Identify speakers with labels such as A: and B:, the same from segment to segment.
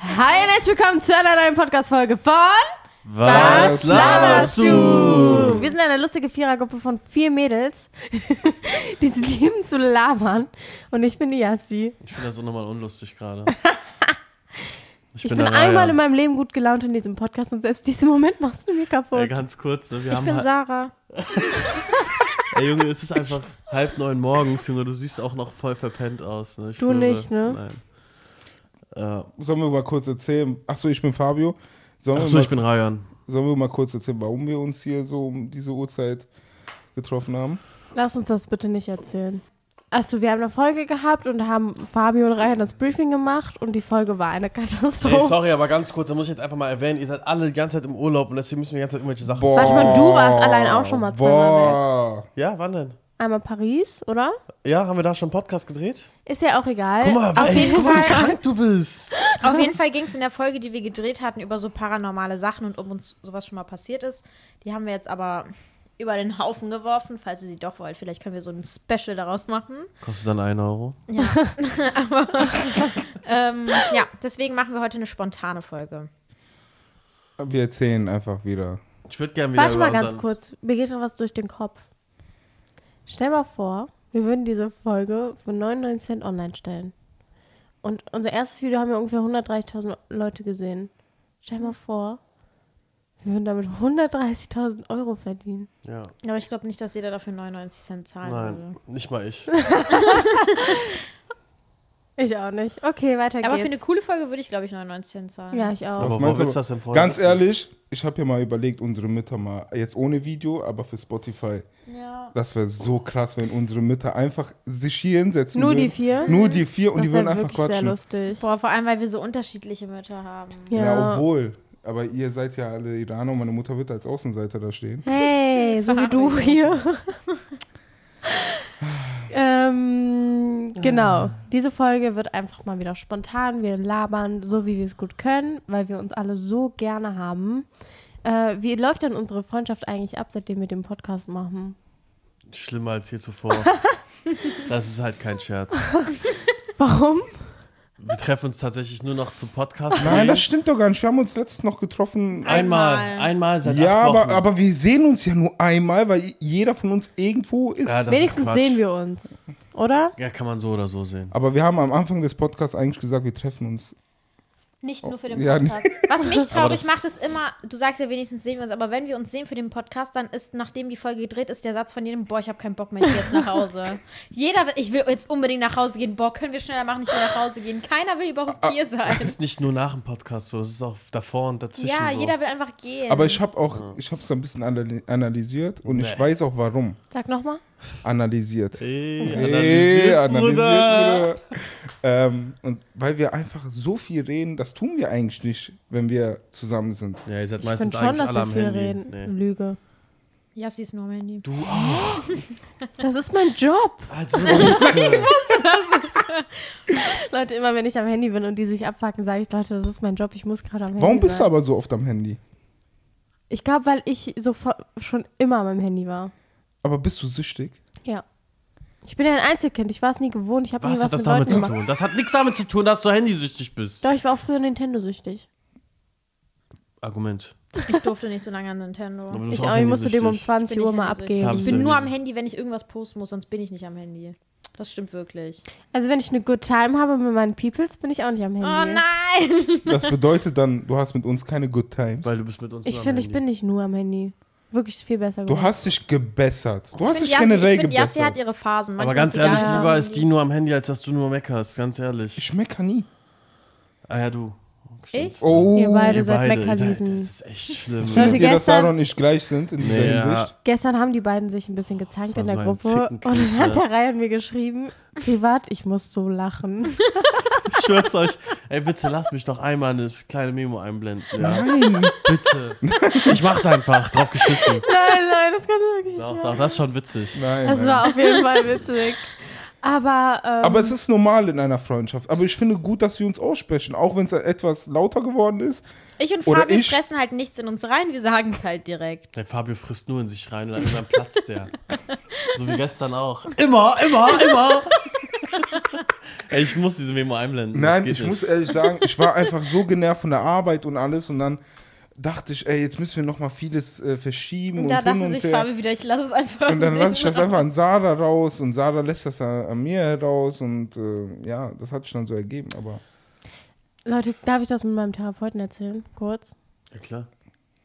A: Hi und herzlich willkommen zu einer neuen Podcast-Folge von
B: Was laberst du?
A: Wir sind eine lustige Vierergruppe von vier Mädels, die es lieben zu labern. Und ich bin die Yassi.
B: Ich finde das unnormal unlustig gerade.
A: Ich bin, einmal in meinem Leben gut gelaunt in diesem Podcast und selbst diesen Moment machst du mir
B: Ey,
A: kaputt.
B: ganz kurz, ne? wir
A: ich
B: haben
A: bin
B: halt-
A: Sarah.
B: Ey, Junge, es ist einfach halb neun morgens, Junge, du siehst auch noch voll verpennt aus. Ne? Ich
A: Du nicht, ne?
B: Nein. Äh,
C: Sollen wir mal kurz erzählen? Achso, ich bin Fabio. Sollen,
B: achso,
C: wir mal,
B: ich bin Ryan.
C: sollen wir mal kurz erzählen, warum wir uns hier so um diese Uhrzeit getroffen haben?
A: Lass uns das bitte nicht erzählen. Achso, wir haben eine Folge gehabt und haben Fabio und Ryan das Briefing gemacht und die Folge war eine Katastrophe.
B: Ey, sorry, aber ganz kurz, da muss ich jetzt einfach mal erwähnen, ihr seid alle die ganze Zeit im Urlaub und deswegen müssen wir die ganze Zeit irgendwelche Sachen.
C: Boah.
A: Warte mal, du warst allein auch schon mal
B: Oh,
A: zweimal
C: Boah.
B: Ja, wann denn?
A: Einmal Paris, oder?
B: Ja, haben wir da schon einen Podcast gedreht?
A: Ist ja auch egal.
B: Guck mal,
A: Äh, Auf
B: ey,
A: jeden
B: guck mal, wie
A: Fall.
B: krank du bist.
D: Auf jeden Fall ging es in der Folge, die wir gedreht hatten, über so paranormale Sachen und ob uns sowas schon mal passiert ist. Die haben wir jetzt aber über den Haufen geworfen, falls ihr sie doch wollt. Vielleicht können wir so ein Special daraus machen.
B: Kostet dann 1 Euro.
D: Ähm, ja, deswegen machen wir heute eine spontane Folge.
C: Wir erzählen einfach wieder.
B: Ich würde gerne wieder
A: Warte mal
B: über
A: ganz
B: unseren-
A: kurz. Mir geht noch was durch den Kopf. Stell mal vor, wir würden diese Folge für 99 Cent online stellen. Und unser erstes Video haben ja ungefähr 130.000 Leute gesehen. Stell mal vor, wir würden damit 130.000 Euro verdienen.
B: Ja.
D: Aber ich glaube nicht, dass jeder dafür 99 Cent
B: Also.
D: zahlen
B: Nein, nicht mal ich.
A: Ich auch nicht. Okay, weiter
D: würde. Aber für eine
A: geht's.
D: coole Folge würde ich, glaube ich, 99 Cent zahlen.
A: ja, ich auch.
B: Aber
C: Was
B: warum
C: meinst du-
B: willst du das denn vorher
C: Ganz
B: wissen?
C: ehrlich, ich habe ja mal überlegt, unsere Mütter mal, jetzt ohne Video, aber für Spotify.
D: Ja.
C: Das wäre so krass, wenn unsere Mütter einfach sich hier hinsetzen
A: Nur
C: würden.
A: die vier?
C: Nur die vier und
A: das
C: die würden
A: wär
C: einfach
A: wirklich sehr
C: quatschen.
A: lustig.
D: Boah, vor allem, weil wir so unterschiedliche Mütter haben.
C: Ja.
A: Ja.
C: obwohl. Aber ihr seid ja alle Iraner und meine Mutter wird als Außenseiter da stehen.
A: Hey, so wie du hier. ähm, genau. Diese Folge wird einfach mal wieder spontan. Wir labern so, wie wir es gut können, weil wir uns alle so gerne haben. Äh, wie läuft denn unsere Freundschaft eigentlich ab, seitdem wir den Podcast machen?
B: Schlimmer als je zuvor. Das ist halt kein Scherz.
A: Warum?
B: Wir treffen uns tatsächlich nur noch zum Podcast.
C: Nein, das stimmt doch gar nicht. Wir haben uns letztens noch getroffen.
B: einmal,
D: Einmal.
B: einmal seit
C: Ja,
B: acht Wochen.
C: aber, aber wir sehen uns ja nur einmal, weil jeder von uns irgendwo ist.
B: ja, das ist
A: Wenigstens
B: Quatsch.
A: sehen wir uns, oder?
B: Ja, kann man so oder so sehen.
C: aber wir haben am Anfang des Podcasts eigentlich gesagt, wir treffen uns.
D: Nicht nur für den
C: Ja,
D: Podcast. Was mich
B: Oh, Aber
D: traurig
B: das-
D: macht, ist immer, du sagst ja wenigstens sehen wir uns, aber wenn wir uns sehen für den Podcast, dann ist, nachdem die Folge gedreht ist, der Satz von jedem, boah, ich habe keinen Bock mehr, ich geh jetzt nach Hause. Jeder, will- ich will jetzt unbedingt nach Hause gehen, boah, können wir schneller machen, ich will nach Hause gehen. Keiner will überhaupt hier
B: Ah, Das
D: sein.
B: ist nicht nur nach dem Podcast so, das ist auch davor und dazwischen
D: Ja,
B: so.
D: jeder will einfach gehen.
C: Aber ich habe auch, ich habe es ein bisschen anal- analysiert und
B: Nee.
C: ich weiß auch warum.
A: Sag nochmal.
C: Analysiert.
B: Ey,
C: Ey,
B: analysiert, Bruder.
C: Bruder. ähm, und weil wir einfach so viel reden, das tun wir eigentlich nicht, wenn wir zusammen sind.
B: Ja, ihr seid
A: Ich
B: meistens
A: finde schon,
B: eigentlich
A: dass
B: alle
A: wir
B: am
A: viel
B: Handy.
A: reden. Hm.
B: Nee.
A: Lüge.
D: ja, sie ist nur am Handy.
B: Du auch.
A: Das ist mein Job.
B: Also, Leute.
A: Leute, immer wenn ich am Handy bin und die sich abfacken, sage ich, Leute, das ist mein Job, ich muss gerade am Handy
C: Warum bist du
A: sein.
C: aber so oft am Handy?
A: Ich glaube, weil ich so vo- schon immer am Handy war.
C: Aber bist du süchtig?
A: Ja. Ich bin ja ein Einzelkind, ich war es nie gewohnt, ich habe nie
B: was
A: was
B: hat das
A: mit
B: damit
A: Leuten
B: zu
A: gemacht.
B: tun? Das hat nichts damit zu tun, dass du handysüchtig bist.
A: Doch, ich war auch früher Nintendo-süchtig.
B: Argument.
D: Ich durfte nicht so lange an Nintendo.
B: Aber du
A: Ich,
B: bist auch
A: auch, ich musste
B: handysüchtig.
A: dem um 20
D: Bin
A: Uhr
D: ich
A: mal
D: handysüchtig.
A: abgeben.
B: Hab's
D: Ich bin
B: ja
D: nur am
B: nicht.
D: Handy, wenn ich irgendwas posten muss, sonst bin ich nicht am Handy. Das stimmt wirklich.
A: Also wenn ich eine Good Time habe mit meinen Peoples, bin ich auch nicht am Handy.
D: Oh nein!
C: Das bedeutet dann, du hast mit uns keine Good Times.
B: Weil du bist mit uns
A: Ich
B: nur am
A: finde, ich
B: Handy.
A: bin nicht nur am Handy. Wirklich viel besser
C: Du
A: geworden.
C: hast dich gebessert. Du hast
D: Ich
C: dich
D: find, Jassi-
C: generell
D: ich find, Jassi hat
C: gebessert.
D: ihre Phasen.
B: Aber
D: Manchmal
B: ganz
D: ist sie gar
B: ehrlich,
D: nicht am
B: lieber ist
D: Handy.
B: die nur am Handy, als dass du nur meckerst. Ganz ehrlich.
C: Ich meckere nie.
B: Ah ja, du. Stimmt.
D: Ich?
C: Oh.
A: Ihr beide
B: Ihr
A: seid
B: beide, ihr seid-
A: Meckerwiesen.
B: Das ist echt schlimm.
A: Leute,
C: Findet ihr, dass
A: gestern-
C: Sarah und ich gleich sind in dieser
B: Naja.
C: Hinsicht?
A: Gestern haben die beiden sich ein bisschen gezankt
B: war
A: in der
B: so ein
A: Gruppe und
B: Zickenkrieg,
A: dann hat
B: ne?
A: der Ryan mir geschrieben, privat, ich muss so lachen.
B: Ich schwör's euch. Ey, bitte lass mich doch einmal eine kleine Memo einblenden. Ja?
C: Nein.
B: Bitte. Ich mach's einfach. Drauf geschissen.
A: Nein, nein, das kannst du wirklich nicht
B: Doch,
A: machen.
B: doch, das ist schon witzig.
C: Nein.
A: Das
C: nein.
A: war auf jeden Fall witzig. Aber, ähm,
C: aber es ist normal in einer Freundschaft. Aber ich finde gut, dass wir uns aussprechen, auch wenn es etwas lauter geworden ist.
D: Ich und
C: Oder
D: Fabio
C: ich-
D: fressen halt nichts in uns rein, wir sagen es halt direkt.
B: Der Fabio frisst nur in sich rein und dann irgendwann platzt der. So wie gestern auch. Immer, immer, immer. Ey, ich muss diese Memo einblenden. das
C: Nein,
B: geht
C: ich
B: nicht.
C: muss ehrlich sagen, ich war einfach so genervt von der Arbeit und alles und dann dachte ich, ey, jetzt müssen wir noch mal vieles äh, verschieben und,
D: da
C: hin
D: dachte
C: und
D: sich
C: her.
D: Fabi wieder, ich lasse es einfach.
C: Und dann
D: drin.
C: lasse ich das einfach an Sarah raus und Sarah lässt das an an mir raus und äh, ja, das hat sich dann so ergeben, aber
A: Leute, darf ich das mit meinem Therapeuten erzählen? Kurz.
B: Ja, klar.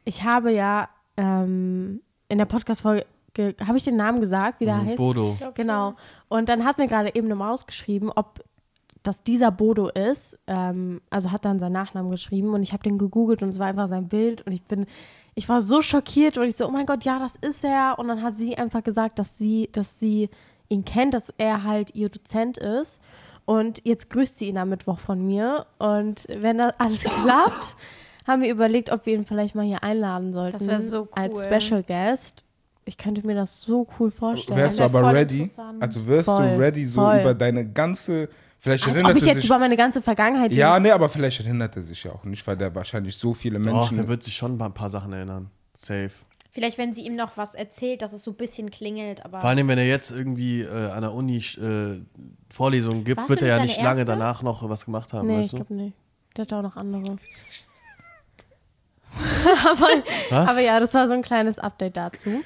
A: Ich habe ja ähm, in der Podcast-Folge, habe ich den Namen gesagt, wie der
B: Mhm,
A: heißt?
B: Bodo.
A: Genau. Und dann hat mir gerade eben eine Maus geschrieben, ob das dieser Bodo ist. Ähm, also hat dann seinen Nachnamen geschrieben und ich habe den gegoogelt und es war einfach sein Bild und ich bin, ich war so schockiert und ich so, oh mein Gott, ja, das ist er. Und dann hat sie einfach gesagt, dass sie, dass sie ihn kennt, dass er halt ihr Dozent ist. Und jetzt grüßt sie ihn am Mittwoch von mir. Und wenn das alles klappt, haben wir überlegt, ob wir ihn vielleicht mal hier einladen sollten.
D: wär so
A: Als
D: cool.
A: Special Guest. Ich könnte mir das so cool vorstellen.
C: wärst du
D: wär
C: aber
D: voll
C: ready,
D: interessant.
C: also wirst
A: Voll,
C: du ready so
A: voll.
C: über deine ganze, vielleicht
A: Als ob
C: erinnert
A: ich
C: er
A: jetzt
C: sich,
A: über meine ganze Vergangenheit
C: ja, nee, aber vielleicht erinnert er sich ja auch nicht, weil der wahrscheinlich so viele
B: Och,
C: Menschen,
B: der wird sich schon mal ein paar Sachen erinnern. Safe.
D: Vielleicht, wenn sie ihm noch was erzählt, dass es so ein bisschen klingelt, aber.
B: Vor allem, wenn er jetzt irgendwie äh, an der Uni äh, Vorlesungen gibt,
D: Warst
B: wird
D: du
B: er ja
D: nicht
B: nicht
D: seine
B: lange
D: Erste?
B: danach noch was gemacht haben,
A: nee, ich
B: weißt du?
A: glaube nicht. Der hat auch noch andere.
B: Was?
A: Aber ja, das war so ein kleines Update dazu.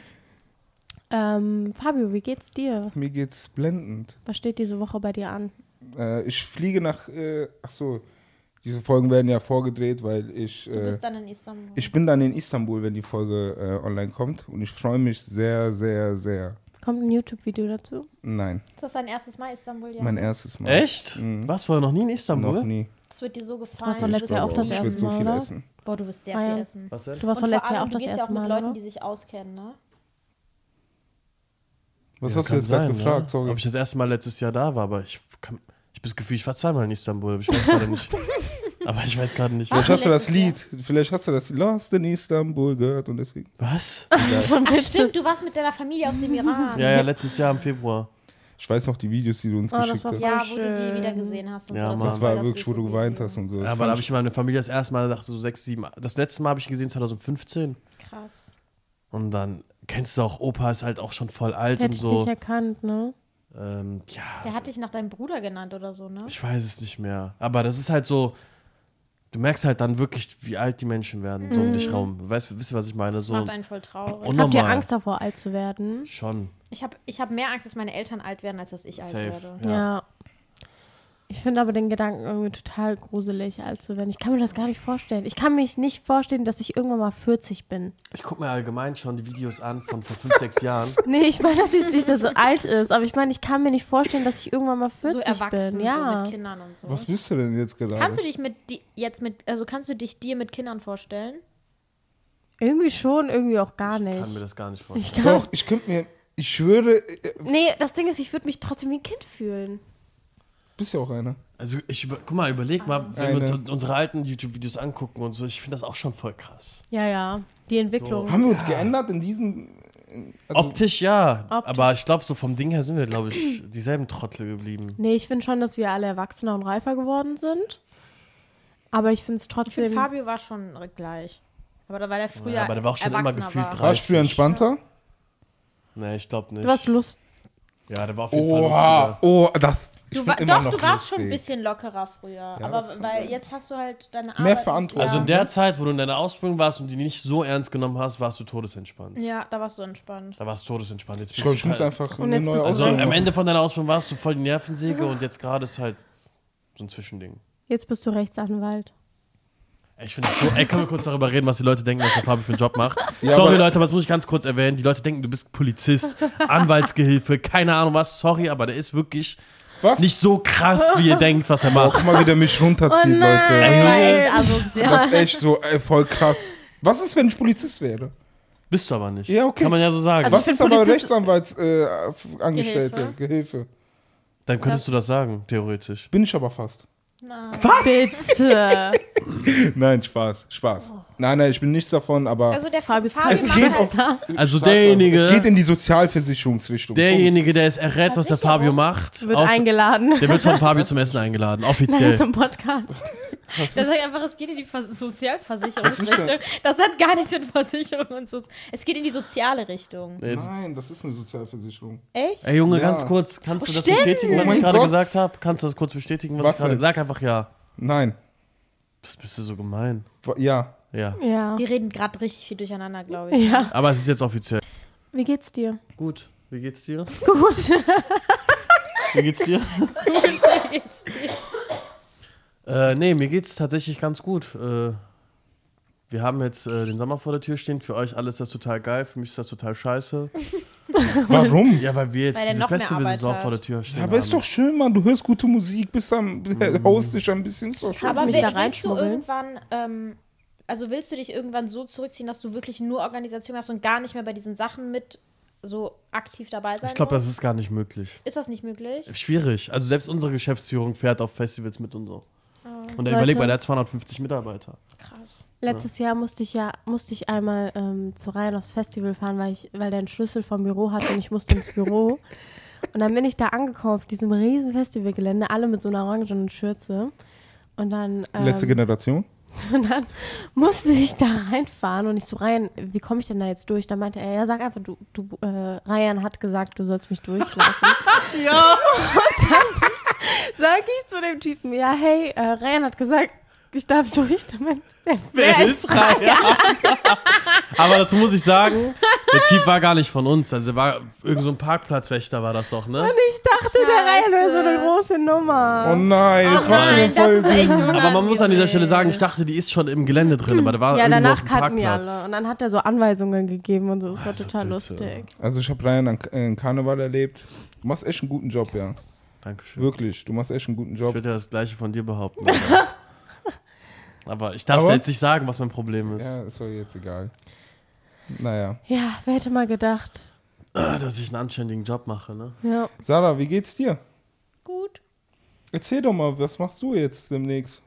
A: Ähm, Fabio, wie geht's dir?
C: mir geht's blendend.
A: Was steht diese Woche bei dir an?
C: Äh, ich fliege nach, äh, ach so, diese Folgen werden ja vorgedreht, weil ich,
D: Du
C: äh,
D: bist dann in Istanbul.
C: ich bin dann in Istanbul, wenn die Folge äh, online kommt und ich freue mich sehr, sehr, sehr.
A: Kommt ein YouTube-Video dazu?
C: Nein,
D: ist das dein erstes Mal Istanbul? Ja.
C: mein erstes Mal.
B: Echt? Warst du vorher noch nie in Istanbul?
C: Mhm. Noch nie.
D: Das wird dir so gefallen.
A: warst doch
D: Du
A: letztes Jahr
D: wirst
A: auch das
D: so
C: ich
A: erste
C: würde so
A: Mal,
C: viel
A: oder?
C: essen.
D: lieben. Boah, du wirst sehr
A: Ah, ja.
D: viel essen.
B: Was denn?
A: Du warst
D: Und
A: doch letztes
D: vor allem,
A: Jahr auch das
D: du gehst
A: erste
D: ja auch
A: Mal.
D: mit Leuten,
A: oder?
D: die sich auskennen, ne?
C: Was
B: Ja,
C: hast du
B: kann
C: jetzt gerade
B: sein,
C: gefragt?
B: ne?
C: Sorry.
B: Ob ich das erste Mal letztes Jahr da war, aber ich kann, ich bin das Gefühl, ich war zweimal in Istanbul, aber ich weiß gerade nicht. Aber ich weiß gerade nicht.
C: Vielleicht
D: Ach,
C: hast du das Lied,
D: letztes
C: vielleicht hast du das Lost in Istanbul gehört und deswegen.
B: Was?
A: So ein bisschen.
D: Stimmt, du warst mit deiner Familie aus dem
A: Mhm.
D: Iran.
B: Ja, ja, letztes Jahr im Februar.
C: Ich weiß noch die Videos, die du uns
A: Ah, das
C: geschickt
A: war
C: hast.
A: voll
D: Oh, Ja, wo du
A: schön.
D: die wieder gesehen hast. Und
B: Ja,
D: so.
B: Mann.
C: Das
B: Mann,
D: voll
C: war wirklich, wo
D: süße
C: du geweint
D: Video.
C: hast und so.
B: Ja,
C: Das
B: aber da
C: fand
B: habe ich meine Familie das erste Mal, dachte so sechs, sieben. Das letzte Mal habe ich gesehen 2015.
D: Krass.
B: Und dann kennst du auch, Opa ist halt auch schon voll alt
A: Hätte
B: und
A: ich dich
B: so.
A: erkannt, ne?
B: Ähm,
D: Der
B: ja,
D: hat dich nach deinem Bruder genannt oder so, ne?
B: ich weiß es nicht mehr. Aber das ist halt so. Du merkst halt dann wirklich, wie alt die Menschen werden, so um dich rum. Weißt du, wisst ihr, was ich meine? So
D: Macht einen voll traurig.
B: Und-
A: Habt ihr
B: Normal.
A: Angst davor, alt zu werden?
B: schon.
D: Ich habe ich hab mehr Angst, dass meine Eltern alt werden, als dass ich alt
B: Safe,
D: werde.
A: Ja.
B: Ja.
A: Ich finde aber den Gedanken irgendwie total gruselig, alt zu werden. Ich kann mir das gar nicht vorstellen. Ich kann mich nicht vorstellen, dass ich irgendwann mal 40 bin.
B: Ich gucke mir allgemein schon die Videos an von vor fünf, sechs Jahren.
A: Nee, ich meine, dass ich nicht dass so alt ist, aber ich meine, ich kann mir nicht vorstellen, dass ich irgendwann mal 40
D: So erwachsen,
A: bin. Ja.
D: so mit Kindern und so.
C: ich- Was bist du denn jetzt gerade?
D: Kannst du dich mit die, jetzt mit also kannst du dich dir mit Kindern vorstellen?
A: irgendwie schon, irgendwie auch gar
B: Ich kann mir
A: nicht.
B: das gar nicht vorstellen.
C: Doch, ich könnte mir, ich schwöre, äh,
A: Nee, das Ding ist, ich würde mich trotzdem wie ein Kind fühlen.
C: bist ja auch einer.
B: Also ich über, guck mal, überleg mal, wenn
C: Eine.
B: wir uns unsere alten YouTube-Videos angucken und so, ich finde das auch schon voll krass.
A: Ja, ja. Die Entwicklung.
C: Haben wir uns geändert in diesen? Also-
B: Optisch ja,
A: Optisch.
B: aber ich glaube, so vom Ding her sind wir, glaube ich, dieselben Trottel geblieben.
A: Nee, ich finde schon, dass wir alle erwachsener und reifer geworden sind. Aber ich finde es
D: Ich finde,
A: trotzdem.
D: Fabio war schon gleich. Aber da war der früher.
B: Ja, aber der war auch schon immer
D: erwachsener
B: gefühlt
D: war.
B: drei.
C: War ich
B: 30.
C: früher entspannter?
B: Nee, ich glaube nicht.
A: du hast Lust.
B: Ja, der war auf jeden Fall
C: Oha,
B: lustiger.
C: oh, das. ich
D: Du
C: bin
D: war,
C: immer
D: doch,
C: noch
D: du warst schon ein
C: lustig.
D: bisschen lockerer früher.
C: das kann
D: aber weil
C: sein.
D: jetzt hast du halt deine Arbeit.
C: Mehr Verantwortung.
B: Also in
D: Ja.
B: der Zeit, wo du in deiner Ausbildung warst und die nicht so ernst genommen hast, warst du todesentspannt.
D: ja, da warst du entspannt.
B: Da warst du todesentspannt. Jetzt
C: Ich
B: bist
C: glaube,
B: du
C: ich muss
B: total-
C: einfach
A: Und
C: eine
A: jetzt
C: neue
A: bist du-
B: Halt. also
C: Ausbildung
B: am
C: machen.
B: Ende von deiner Ausbildung warst du voll die Nervensäge und jetzt gerade ist halt so ein Zwischending.
A: Jetzt bist du Rechtsanwalt.
B: Ey, Ich finde das so. Ey, können wir kurz darüber reden, was die Leute denken, was der Fabi für einen Job macht?
C: Ja,
B: sorry,
C: aber-
B: Leute, aber das muss ich ganz kurz erwähnen. Die Leute denken, du bist Polizist, Anwaltsgehilfe, keine Ahnung was. Sorry, aber der ist wirklich
C: Was?
B: nicht so krass, wie ihr denkt, was er
C: Oh,
B: macht.
C: guck mal, wie der mich runterzieht,
A: Oh
C: Leute.
A: nein.
D: Das war
B: Junge.
D: echt asozial.
C: Das ist echt so ey, voll krass. Was ist, wenn ich Polizist wäre?
B: Bist du aber nicht.
C: Ja, okay.
B: Kann man ja so sagen.
D: Also
C: Was ist aber
A: Polizist-
C: Rechtsanwaltsangestellte? Äh, Angestellte, Gehilfe.
B: Dann könntest du das sagen, theoretisch.
C: Bin ich aber fast.
D: Nein.
A: Bitte.
C: Nein, Spaß, Spaß. Nein, nein, ich bin nichts davon, aber
D: Oh. Also der
A: Fabi
D: Fabi,
A: ist krass.
D: Fabi
A: Es
D: macht
C: geht
B: Also
C: Spaß,
D: halt,
C: aber Es geht
B: derjenige,
C: in die Sozialversicherungsrichtung.
B: derjenige, der es errät, was der
D: Versicherung
B: Fabio macht,
A: Wird
B: aus-
A: eingeladen.
B: der wird von Fabio zum Essen eingeladen, offiziell.
A: Zum Podcast.
D: Das heißt einfach, es geht in die Vers
C: Was
D: Sozialversicherungsrichtung. Das hat gar nichts mit Versicherung und so. Es geht in die soziale Richtung.
B: Ey, jetzt-
C: Nein, das ist eine Sozialversicherung.
D: Echt?
B: Ey Junge,
C: Ja.
B: ganz kurz, kannst du das
D: Stimmt.
B: bestätigen, was
C: Oh
B: ich
C: mein
B: gerade
C: Gott.
B: gesagt habe? Kannst du das kurz bestätigen, was,
C: Was
B: ich gerade
C: denn?
B: sag einfach ja.
C: Nein.
B: Das bist du so gemein.
C: Wa- Ja.
B: Ja.
A: Ja.
D: Wir reden gerade richtig viel durcheinander, glaube ich.
A: Ja.
B: Aber es ist jetzt offiziell.
A: Wie geht's dir?
B: Gut, wie geht's dir?
A: Gut.
B: Wie geht's dir? Äh, nee, mir geht's tatsächlich ganz gut. Äh, wir haben jetzt äh, den Sommer vor der Tür stehen. Für euch alles das total geil, für mich ist das total scheiße.
C: Warum?
B: Ja, weil wir jetzt
D: Weil er
B: diese
D: noch mehr Arbeit
B: Festivalsaison
D: hat.
B: vor der Tür stehen.
C: Aber ist
B: haben.
C: doch schön, Mann. Du hörst gute Musik, bist am
B: Mhm.
C: haust dich ein bisschen. Ist doch schön.
A: Kannst du
D: Aber
A: mich
D: will-
A: da
D: willst du
A: reinschmuggeln?
D: irgendwann, ähm, also willst du dich irgendwann so zurückziehen, dass du wirklich nur Organisation machst und gar nicht mehr bei diesen Sachen mit so aktiv dabei sein
B: Ich glaube, das
D: musst?
B: ist gar nicht möglich.
D: Ist das nicht möglich?
B: Schwierig. Also selbst unsere Geschäftsführung fährt auf Festivals mit und so.
D: Oh.
B: Und der
A: Leute.
B: überlegt, weil der hat 250 Mitarbeiter.
D: Krass.
A: Letztes Jahr musste ich ja musste ich einmal ähm, zu Rhein aufs Festival fahren, weil ich weil der einen Schlüssel vom Büro hatte und ich musste ins Büro. Und dann bin ich da angekommen auf diesem riesen Festivalgelände, alle mit so einer orangenen Schürze. Und dann,
C: Letzte
A: ähm,
C: Generation?
A: und dann musste ich da reinfahren und ich so, Ryan, wie komme ich denn da jetzt durch? Dann meinte er, ja, sag einfach, du, du äh, Ryan hat gesagt, du sollst mich durchlassen.
B: Ja!
A: sag ich zu dem Typen, ja, hey, äh, Ryan hat gesagt, ich darf durch, damit. Wer,
B: Raya? Aber dazu muss ich sagen, der Typ war gar nicht von uns. Also er war irgend so ein Parkplatzwächter war das doch, ne?
A: Und ich dachte, der Ryan wäre so eine große Nummer.
C: Oh nein, jetzt machst du
D: Nein,
C: den
D: das
C: voll.
D: ist echt
B: Aber man muss an dieser Stelle sagen, ich dachte, die ist schon im Gelände drin, aber der war
A: Hm. ja,
B: Oh, irgendwo auf
A: danach
B: dem
A: kannten wir
B: Parkplatz.
A: alle. Und dann hat er so Anweisungen gegeben und so. Es war
B: Also
A: total
B: bitte.
A: lustig.
C: Also ich habe Ryan an äh, Karneval erlebt. Du machst echt einen guten Job, ja.
B: Dankeschön.
C: Wirklich, du machst echt einen guten
B: Ich
C: Job.
B: würde ja das gleiche von dir behaupten. Alter. aber ich darf
C: Aber-
B: jetzt nicht sagen, was mein Problem ist.
C: Ja, ist doch jetzt egal. Naja.
A: Ja, wer hätte mal gedacht.
B: Ah, Dass ich einen anständigen Job mache, ne?
A: Ja.
C: Sarah, wie geht's dir?
D: Gut.
C: Erzähl doch mal, was machst du jetzt demnächst?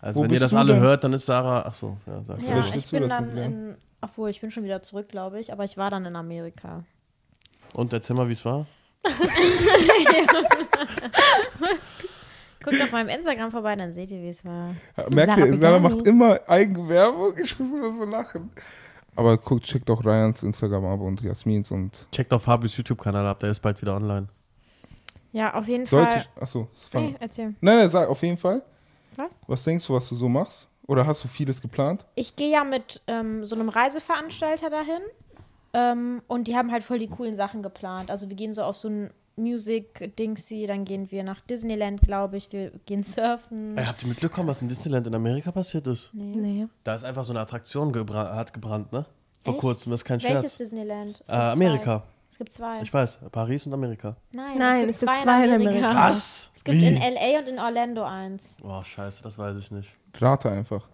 B: Also
C: Wo
B: wenn ihr
C: bist
B: das
C: du
B: alle
C: denn?
B: hört, dann ist Sarah. Ach so, ja, sag
D: Ja,
C: Vielleicht
D: ich
C: willst du
D: bin
C: das
D: dann
C: nicht,
D: in, obwohl ich bin schon wieder zurück, glaube ich, aber ich war dann in Amerika.
B: Und erzähl mal, wie es war.
D: Guckt auf meinem Instagram vorbei, dann seht ihr, wie es war.
C: Merkt
A: Sarah
C: ihr, Sarah macht
A: Begani.
C: immer Eigenwerbung. Ich muss immer so lachen. Aber guckt, checkt auch Ryans Instagram ab und Jasmins und.
B: Checkt auf Habis YouTube-Kanal ab, der ist bald wieder online.
D: Ja, auf jeden
C: Sollte
D: Fall.
C: ich. Achso, fang.
D: Nee, erzähl.
C: Nein, nein, sag auf jeden Fall.
D: Was?
C: Was denkst du, was du so machst? Oder hast du vieles geplant?
D: ich gehe ja mit ähm, so einem Reiseveranstalter dahin ähm, und die haben halt voll die coolen Sachen geplant. Also wir gehen so auf so ein Music-Dingsy, dann gehen wir nach Disneyland, glaube ich, wir gehen surfen.
B: Ey, habt ihr mitbekommen, was in Disneyland in Amerika passiert ist?
A: Nee.
B: Da ist einfach so eine Attraktion gebra hat gebrannt, ne? Vor
D: Echt?
B: kurzem, das ist kein
D: Welches
B: Scherz.
D: Disneyland? Es
B: Äh,
D: gibt zwei.
B: Amerika.
D: Es gibt zwei.
B: Ich weiß, Paris und Amerika.
D: Nein,
A: Nein,
D: es gibt zwei in Amerika.
A: Ah.
B: Was?
D: Es gibt
B: Wie?
D: in L.A. und in Orlando eins.
B: Oh, scheiße, das weiß ich nicht.
C: Rate einfach.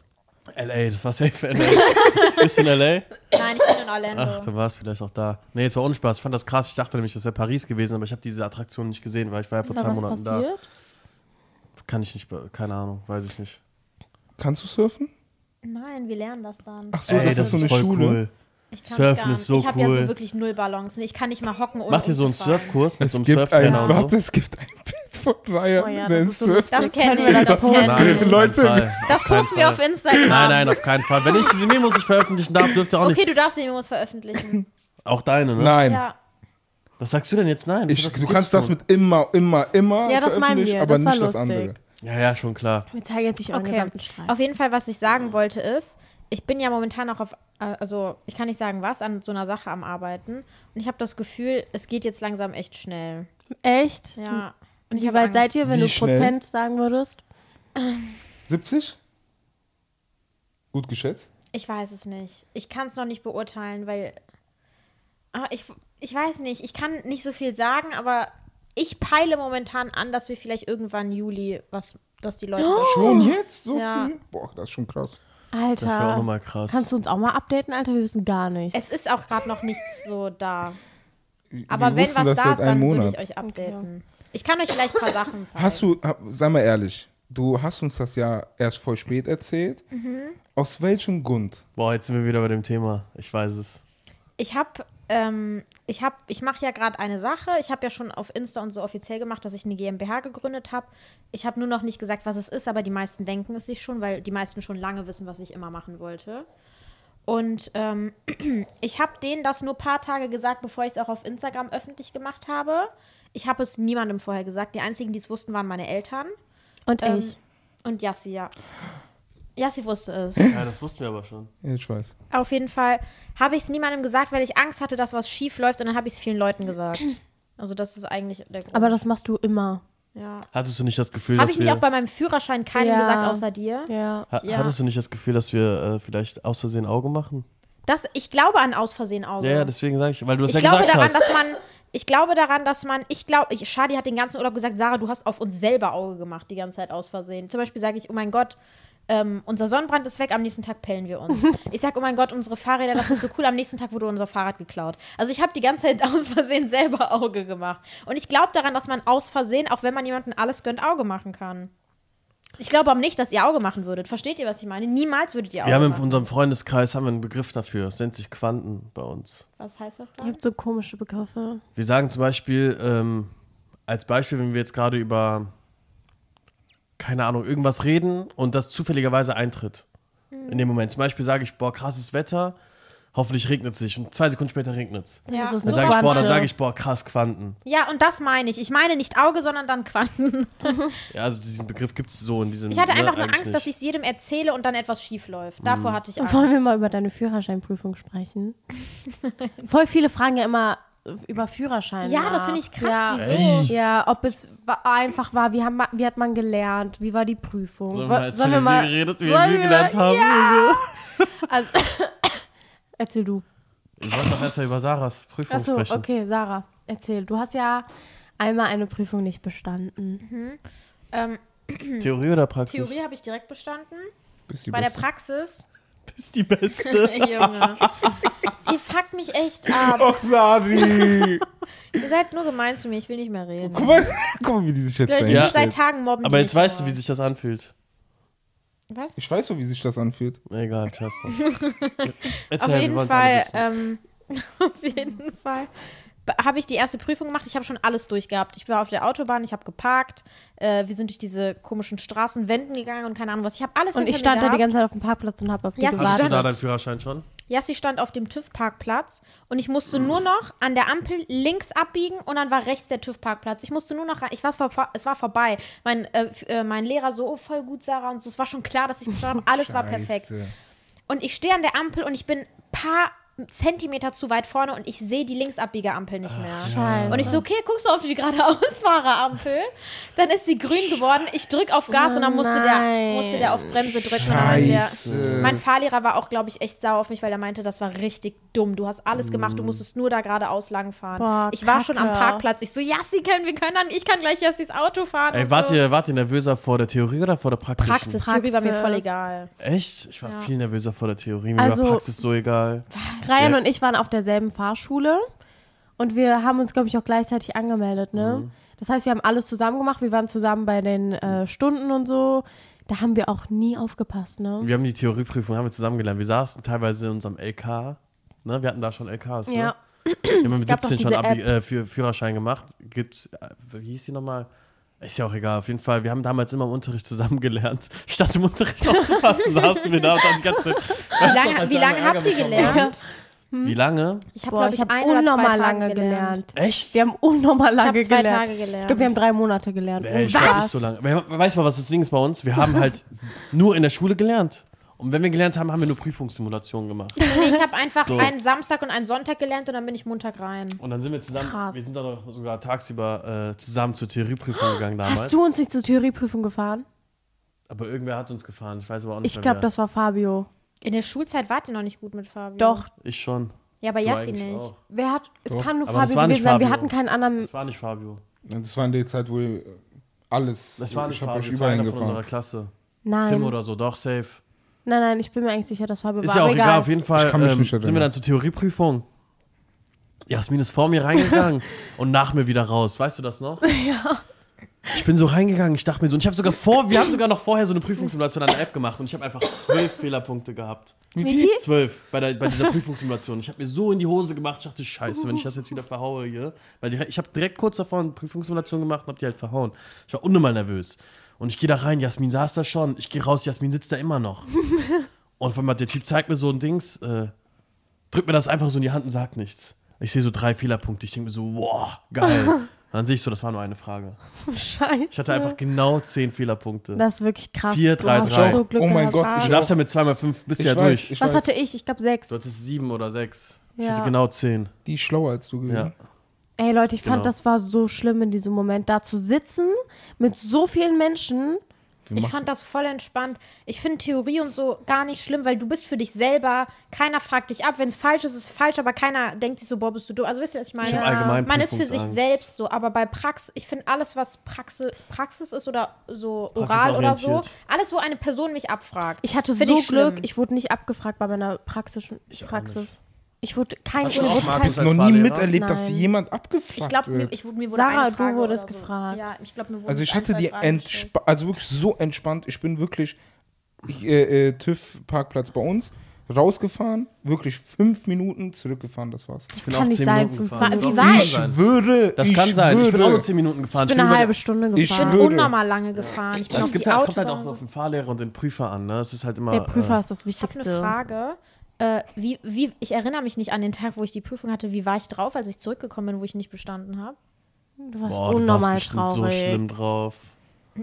B: L.A., das war safe L.A. Bist du in L.A.?
D: Nein, ich bin in Orlando.
B: Ach, dann war es vielleicht auch da. Nee, jetzt war ohne Spaß. Ich fand das krass. Ich dachte nämlich, das wäre Paris gewesen, aber ich habe diese Attraktion nicht gesehen, weil ich war ja
A: Ist
B: vor
A: da
B: zwei
A: was
B: Monaten
A: passiert?
B: da. Kann ich nicht, be- keine Ahnung, weiß ich nicht.
C: Kannst du surfen?
D: Nein, wir lernen das dann.
C: Ach so, das, ist so eine
B: voll
C: Schule.
B: cool.
D: Ich kann's
B: Surfen
D: gar nicht.
B: ist so
D: Ich habe ja
B: cool.
D: so wirklich null Balancen. Ich kann nicht mal hocken ohne
B: Macht ihr so einen
D: umzufallen.
B: Surfkurs mit
C: Es
B: so einem
C: gibt ein,
B: Surftrainer und
C: warte,
B: so?
C: es gibt ein Bild von Ryan,
A: Oh ja,
C: der
A: das
C: ist
A: ist so lustig.
C: surfen.
D: Das kennen
A: kennen
D: wir,
A: wir,
D: das
A: das
D: kennen
A: posten
B: Nein,
D: wir.
B: auf
C: Leute,
B: keinen Fall.
D: Das
B: Auf keinen
D: posten wir
B: Fall.
D: auf Instagram.
B: Nein, nein, auf keinen Fall. Wenn ich diese Memos nicht veröffentlichen darf, dürft ihr auch
D: Okay,
B: nicht.
D: du darfst die Memos veröffentlichen.
B: Auch deine, ne?
C: Nein,
D: ja.
B: Was sagst du denn jetzt? Nein. Also das
C: ich,
B: hat
C: du
B: nichts
C: kannst
B: zu
C: das
B: tun.
C: mit immer, immer, immer
A: Ja, das meinen
C: veröffentlichen,
A: wir.
C: aber
A: Das war
C: nicht das
A: lustig.
C: andere.
B: Ja, ja, schon klar.
A: Wir zeigen jetzt nicht euren
D: Okay.
A: gesamten Streit.
D: Auf jeden Fall, was ich sagen wollte, ist, ich bin ja momentan auch auf, äh, also ich kann nicht sagen was, an so einer Sache am Arbeiten. Und ich habe das Gefühl, es geht jetzt langsam echt schnell.
A: Echt?
D: Ja. Und
A: Und wie
D: hab
A: weit seid
D: Angst.
A: ihr, wenn
C: Wie
A: du
C: schnell?
A: Prozent sagen würdest?
C: 70? Gut geschätzt.
D: Ich weiß es nicht. Ich kann es noch nicht beurteilen, weil. Ah, ich, ich weiß nicht. Ich kann nicht so viel sagen, aber ich peile momentan an, dass wir vielleicht irgendwann Juli was, dass die Leute. das-
C: Schon jetzt so
D: Ja.
C: viel? Boah, das ist schon krass.
A: Alter.
B: Das wäre auch nochmal krass.
A: Kannst du uns auch mal updaten, Alter? Wir wissen gar nichts.
D: Es ist auch gerade noch nichts so da.
C: Wir
D: Aber wenn
C: wussten
D: was
C: das
D: da
C: seit
D: ist,
C: einem
D: dann würde
C: Monat.
D: ich euch updaten. Ich kann euch vielleicht ein paar Sachen zeigen.
C: Hast du, ha- sei mal ehrlich, du hast uns das ja erst voll spät erzählt. Aus welchem Grund?
B: Boah, jetzt sind wir wieder bei dem Thema. Ich weiß es.
D: Ich habe ähm, ich habe, ich mache ja gerade eine Sache. Ich habe ja schon auf Insta und so offiziell gemacht, dass ich eine GmbH gegründet habe. Ich habe nur noch nicht gesagt, was es ist, aber die meisten denken es sich schon, weil die meisten schon lange wissen, was ich immer machen wollte. Und ähm, ich habe denen das nur ein paar Tage gesagt, bevor ich es auch auf Instagram öffentlich gemacht habe. Ich habe es niemandem vorher gesagt. Die einzigen, die es wussten, waren meine Eltern.
A: Und
D: Ähm,
A: ich.
D: Und Yassi, ja. Yassi wusste es.
B: Ja, das wussten wir aber schon.
C: Ja, ich weiß.
D: Auf jeden Fall habe ich es niemandem gesagt, weil ich Angst hatte, dass was schief läuft und dann habe ich es vielen Leuten gesagt. Also das ist eigentlich der Grund.
A: Aber das machst du immer.
D: ja.
B: Hattest du nicht das Gefühl,
D: Habe
B: dass
D: ich nicht
B: wir.
D: auch bei meinem Führerschein keinem
A: Ja.
D: gesagt, außer dir?
A: Ja.
B: ha
D: Ja.
B: Hattest du nicht das Gefühl, dass wir äh, vielleicht aus Versehen Auge machen?
D: Das, ich glaube an aus Versehen Auge.
B: Ja, ja, deswegen sage ich, weil du es
D: ich
B: ja
D: glaube
B: gesagt
D: daran,
B: hast.
D: dass man, ich glaube daran, dass man, ich glaube, ich, Shadi hat den ganzen Urlaub gesagt, Sarah, du hast auf uns selber Auge gemacht, die ganze Zeit aus Versehen. Zum Beispiel sage ich, oh mein Gott, ähm, unser Sonnenbrand ist weg, am nächsten Tag pellen wir uns. Ich sage, oh mein Gott, unsere Fahrräder, das ist so cool, am nächsten Tag wurde unser Fahrrad geklaut. Also ich habe die ganze Zeit aus Versehen selber Auge gemacht. Und ich glaube daran, dass man aus Versehen, auch wenn man jemandem alles gönnt, Auge machen kann. Ich glaube aber nicht, dass ihr Auge machen würdet. Versteht ihr, was ich meine? Niemals würdet ihr Auge
B: wir haben in
D: machen.
B: unserem Freundeskreis haben wir einen Begriff dafür. Es nennt sich Quanten bei uns.
D: Was heißt das
A: Ihr
D: gerade?
A: habt so komische Begriffe.
B: Wir sagen zum Beispiel, ähm, als Beispiel, wenn wir jetzt gerade über, keine Ahnung, irgendwas reden und das zufälligerweise eintritt. In dem Moment. Zum Beispiel sage ich, boah, krasses Wetter, hoffentlich regnet es nicht. Und zwei Sekunden später regnet es.
A: Ja. Das ist
B: Dann
A: eine
B: sage ich, boah, dann
A: Quante.
B: sage ich, boah, krass Quanten.
D: Ja, und das meine ich. Ich meine nicht Auge, sondern dann Quanten.
B: Ja, also diesen Begriff gibt es so in diesem.
D: Ich hatte
B: Hm, ne,
D: einfach nur
B: eigentlich
D: Angst, dass ich
B: nicht. Hm.
D: es jedem erzähle und dann etwas schief läuft. Davor hatte ich
A: Wollen
D: Angst.
A: wir mal über deine Führerscheinprüfung sprechen? Voll viele fragen ja immer über Führerschein.
D: Ja,
A: nach.
D: das finde ich
A: Ja.
D: krass. Wieso?
A: Ja, ob es wa- einfach war, wie, haben, ma- wie hat man gelernt, wie war die Prüfung?
B: Sollen
A: Wo-
B: wir mal erzählen, wie wir geredet, wie wir
A: sollen
B: Lüge gelernt haben?
A: Ja! Also, erzähl du.
B: Ich wollte doch erstmal über Sarahs Prüfung
A: Achso,
B: sprechen.
A: okay, Sarah, erzähl. Du hast ja einmal eine Prüfung nicht bestanden.
D: Ähm,
B: Theorie oder Praxis?
D: Theorie habe ich direkt bestanden.
C: Bist die
D: Bei der
C: Beste.
D: Praxis.
B: ist die beste.
D: Junge. Ihr fuckt mich echt ab.
B: Oh.
C: Ach, Sari!
D: Ihr seid nur gemein zu mir. Ich will nicht mehr reden.
C: guck, mal, guck mal, wie die sich jetzt
D: Leute,
C: verhält.
D: die
B: Ja.
D: mich seit Tagen mobben. die
B: Aber jetzt
D: mich
B: weißt du,
D: nur.
B: wie sich das anfühlt.
D: Was?
C: Ich weiß so, wie sich das anfühlt.
B: Egal, Chester. Erzähl,
D: Auf
B: wir
D: jeden
B: wollen's alle
D: Fall,
B: wissen.
D: ähm, auf jeden Fall be- habe ich die erste Prüfung gemacht. Ich habe schon alles durchgehabt. Ich war auf der Autobahn, ich habe geparkt, äh, wir sind durch diese komischen Straßenwänden gegangen und keine Ahnung was. Ich habe alles
A: Und
D: hinter
A: ich stand
D: mir
A: da die
D: gehabt.
A: ganze Zeit auf dem Parkplatz und hab auf die
D: Ja, sie
B: Hattest du
A: gewartet.
B: da
D: Warte.
B: deinen Führerschein schon?
D: Yassi stand auf dem TÜV-Parkplatz und ich musste nur noch an der Ampel links abbiegen und dann war rechts der TÜV-Parkplatz. Ich musste nur noch rein. Ich war's vor, es war vorbei. Mein, äh, f- äh, mein Lehrer so, oh, voll gut, Sarah. Und so, es war schon klar, dass ich bestanden habe. Alles war perfekt.
C: Scheiße.
D: Und ich stehe an der Ampel und ich bin ein paar Zentimeter zu weit vorne und ich sehe die Linksabbiegeampel nicht mehr.
A: Scheiße.
D: Und ich so, okay, guckst du auf die geradeausfahrerampel? Dann ist sie grün geworden. Ich drück auf Gas und dann musste der,
A: Oh nein.
D: musste der auf Bremse drücken. Und dann meinte der,
C: Scheiße.
D: mein Fahrlehrer war auch, glaube ich, echt sauer auf mich, weil er meinte, das war richtig dumm. Du hast alles gemacht, du musstest nur da geradeaus lang fahren.
A: Mm. Boah,
D: ich war schon am
A: Kacke.
D: Parkplatz. Ich so, Jassi, können wir können dann, ich kann gleich Jassis Auto fahren.
B: Ey,
D: und
B: wart
D: so.
B: ihr, wart ihr nervöser vor der Theorie oder vor der Praxis?
D: Praxis, Theorie war mir
A: Praxis.
D: voll egal.
B: Echt? Ich war viel nervöser vor der Theorie. Mir war
A: Also-
B: Praxis so egal.
A: Ryan
B: Ja.
A: und ich waren auf derselben Fahrschule und wir haben uns, glaube ich, auch gleichzeitig angemeldet, ne?
B: Mhm.
A: Das heißt, wir haben alles zusammen gemacht. Wir waren zusammen bei den äh, Stunden und so. Da haben wir auch nie aufgepasst, ne?
B: Wir haben die Theorieprüfung haben wir zusammen gelernt. Wir saßen teilweise in unserem LK. Ne? Wir hatten da schon LKs. Ne?
A: Ja.
B: Wir haben mit
A: gab doch
B: 17 schon
A: diese
B: Abi, äh, Führ- Führerschein gemacht. Gibt's, äh, wie hieß die nochmal? Ist ja auch egal. Auf jeden Fall, wir haben damals immer im Unterricht zusammen gelernt. Statt im Unterricht aufzupassen, saßen wir da und haben die ganze Zeit.
D: Wie lange, wie lange habt ihr gelernt?
B: Wie lange?
D: Ich habe,
A: Boah, ich,
D: glaube ich,
A: habe
D: ein oder zwei
A: unnormal
D: Tage
A: lange gelernt.
B: Echt?
A: Wir haben unnormal
D: hab
A: lange
D: zwei
A: gelernt.
D: Tage gelernt.
A: Ich glaube, wir haben drei Monate gelernt.
B: Nee, ich
A: Was?
B: glaube, das ist so lange. We- Weißt du mal, was das Ding ist bei uns? Wir haben halt nur in der Schule gelernt. Und wenn wir gelernt haben, haben wir nur Prüfungssimulationen gemacht.
D: Nee, ich habe einfach
B: So.
D: einen Samstag und einen Sonntag gelernt und dann bin ich Montag rein.
B: Und dann sind wir zusammen,
A: Krass.
B: wir sind dann auch sogar tagsüber äh, zusammen zur Theorieprüfung gegangen damals.
A: Hast du uns nicht zur Theorieprüfung gefahren?
B: aber irgendwer hat uns gefahren, ich weiß aber auch nicht
A: Ich
B: mehr
A: glaube,
B: wer.
A: das war Fabio.
D: In der Schulzeit wart ihr noch nicht gut mit Fabio.
A: Doch.
B: Ich schon.
D: Ja, aber
B: Du
D: Jassi
B: eigentlich
D: nicht.
B: auch.
A: Wer hat. Es
C: Doch.
A: kann nur
B: Aber das
A: Fabio
B: war nicht
A: gewesen sein. Wir
B: Fabio.
A: hatten keinen anderen.
B: Das war nicht Fabio.
C: Das war in der Zeit, wo ihr alles.
B: Das war nicht
C: ich hab
B: Fabio,
C: euch
B: das war
C: überall
B: einer von unserer
C: hingefahren.
B: Klasse.
A: Nein.
B: Tim oder so, doch, safe.
A: Nein, nein, ich bin mir eigentlich sicher, dass Fabio
B: Ist
A: war.
B: ja auch
A: aber
B: egal, auf jeden Fall
C: Ich kann mich
B: ähm,
C: nicht
B: sind wir
C: erinnern.
B: dann zur Theorieprüfung. Jasmin ist vor mir reingegangen und nach mir wieder raus. Weißt du das noch? Ja. Ich bin so reingegangen, ich dachte mir so, und ich habe sogar vor, wir haben sogar noch vorher so eine Prüfungssimulation an der App gemacht und ich habe einfach zwölf Fehlerpunkte gehabt.
A: Wie viel?
B: Zwölf bei, der, bei dieser Prüfungssimulation. Ich habe mir so in die Hose gemacht, ich dachte, scheiße, wenn ich das jetzt wieder verhaue hier. Weil die, ich habe direkt kurz davor eine Prüfungssimulation gemacht und habe die halt verhauen. Ich war unnormal nervös. Und ich gehe da rein, Jasmin saß da schon. Ich gehe raus, Jasmin sitzt da immer noch. Und auf einmal der Typ zeigt mir so ein Dings, äh, drückt mir das einfach so in die Hand und sagt nichts. Ich sehe so drei Fehlerpunkte. Ich denke mir so, wow, geil. Und dann sehe ich so, das war nur eine Frage.
A: Scheiße.
B: Ich hatte einfach genau zehn Fehlerpunkte.
A: Das ist wirklich krass.
B: Vier,
A: Du
B: drei,
A: hast
B: drei.
A: So Glück
C: Oh mein
A: gehabt. Ah.
C: Gott, ich
B: du darfst ja mit zweimal fünf, bist
C: Ich
B: ja
C: weiß,
B: durch.
C: ich
A: Was
C: weiß,
A: hatte ich? Ich glaube sechs.
B: Du hattest sieben oder sechs. Ich
A: Ja.
B: hatte genau zehn.
C: die ist schlauer als du gewesen.
B: Ja.
A: Ey Leute, ich fand,
B: Genau.
A: das war so schlimm in diesem Moment, da zu sitzen mit so vielen Menschen.
D: Ich fand das voll entspannt. Ich finde Theorie und so gar nicht schlimm, weil du bist für dich selber. Keiner fragt dich ab. Wenn es falsch ist, ist es falsch, aber keiner denkt sich so, boah, bist du dumm. Also wisst ihr, was ich meine?
B: Ich hab allgemein
D: Man ist für sich
B: Prüfungsangst.
D: selbst so, aber bei Praxis, ich finde alles, was Praxi Praxis ist oder so oral oder so,
B: Praxisorientiert.
D: alles, wo eine Person mich abfragt.
A: Ich hatte
D: Find
A: so
D: ich schlimm.
A: Glück, ich wurde nicht abgefragt bei meiner praktischen
B: Ich auch
A: Praxis. Ich wurde kein
B: Hast du auch
A: wurde
B: mal
A: kein-
C: Ich habe noch nie
B: Fahrlehrer?
C: miterlebt, dass
A: Nein.
C: jemand abgefragt
D: Ich glaube, mir,
C: wird.
D: ich, wurde- mir wurde
A: Sarah,
D: eine Frage
A: du wurdest
D: oder so.
A: gefragt.
D: Ja, ich glaube, mir wurde
C: also ich
D: ein,
C: hatte
D: zwei
C: die
D: Fragen gestellt.
C: entspa- also wirklich so entspannt. Ich bin wirklich ich, äh, äh, TÜV Parkplatz bei uns rausgefahren, wirklich fünf Minuten zurückgefahren, das war's.
B: Ich
A: kann nicht sein, fünf- Wie
B: Doch,
A: war
B: kann
A: ich?
B: sein.
C: Würde
B: Das kann sein. Ich bin auch nur
C: Würde,
B: zehn Minuten gefahren.
A: Ich bin eine
B: über-
A: halbe Stunde
C: Ich
D: Ich
A: gefahren.
D: bin
C: Würde.
D: unnormal lange gefahren. Ich bin
B: Es,
D: auf
B: gibt,
D: die
B: es
D: Autobahn
B: kommt halt auch
D: und
B: noch
D: so.
B: auf den Fahrlehrer und den Prüfer an. Ne? Es ist halt immer.
A: Der Prüfer
B: äh,
A: ist das
D: Ich habe
A: Wichtigste.
D: eine Frage. Äh, wie, wie, ich erinnere mich nicht an den Tag, wo ich die Prüfung hatte. Wie war ich drauf, als ich zurückgekommen bin, wo ich nicht bestanden habe?
A: Du warst
B: boah, du warst
A: unnormal
B: bestimmt
A: traurig.
B: so schlimm drauf.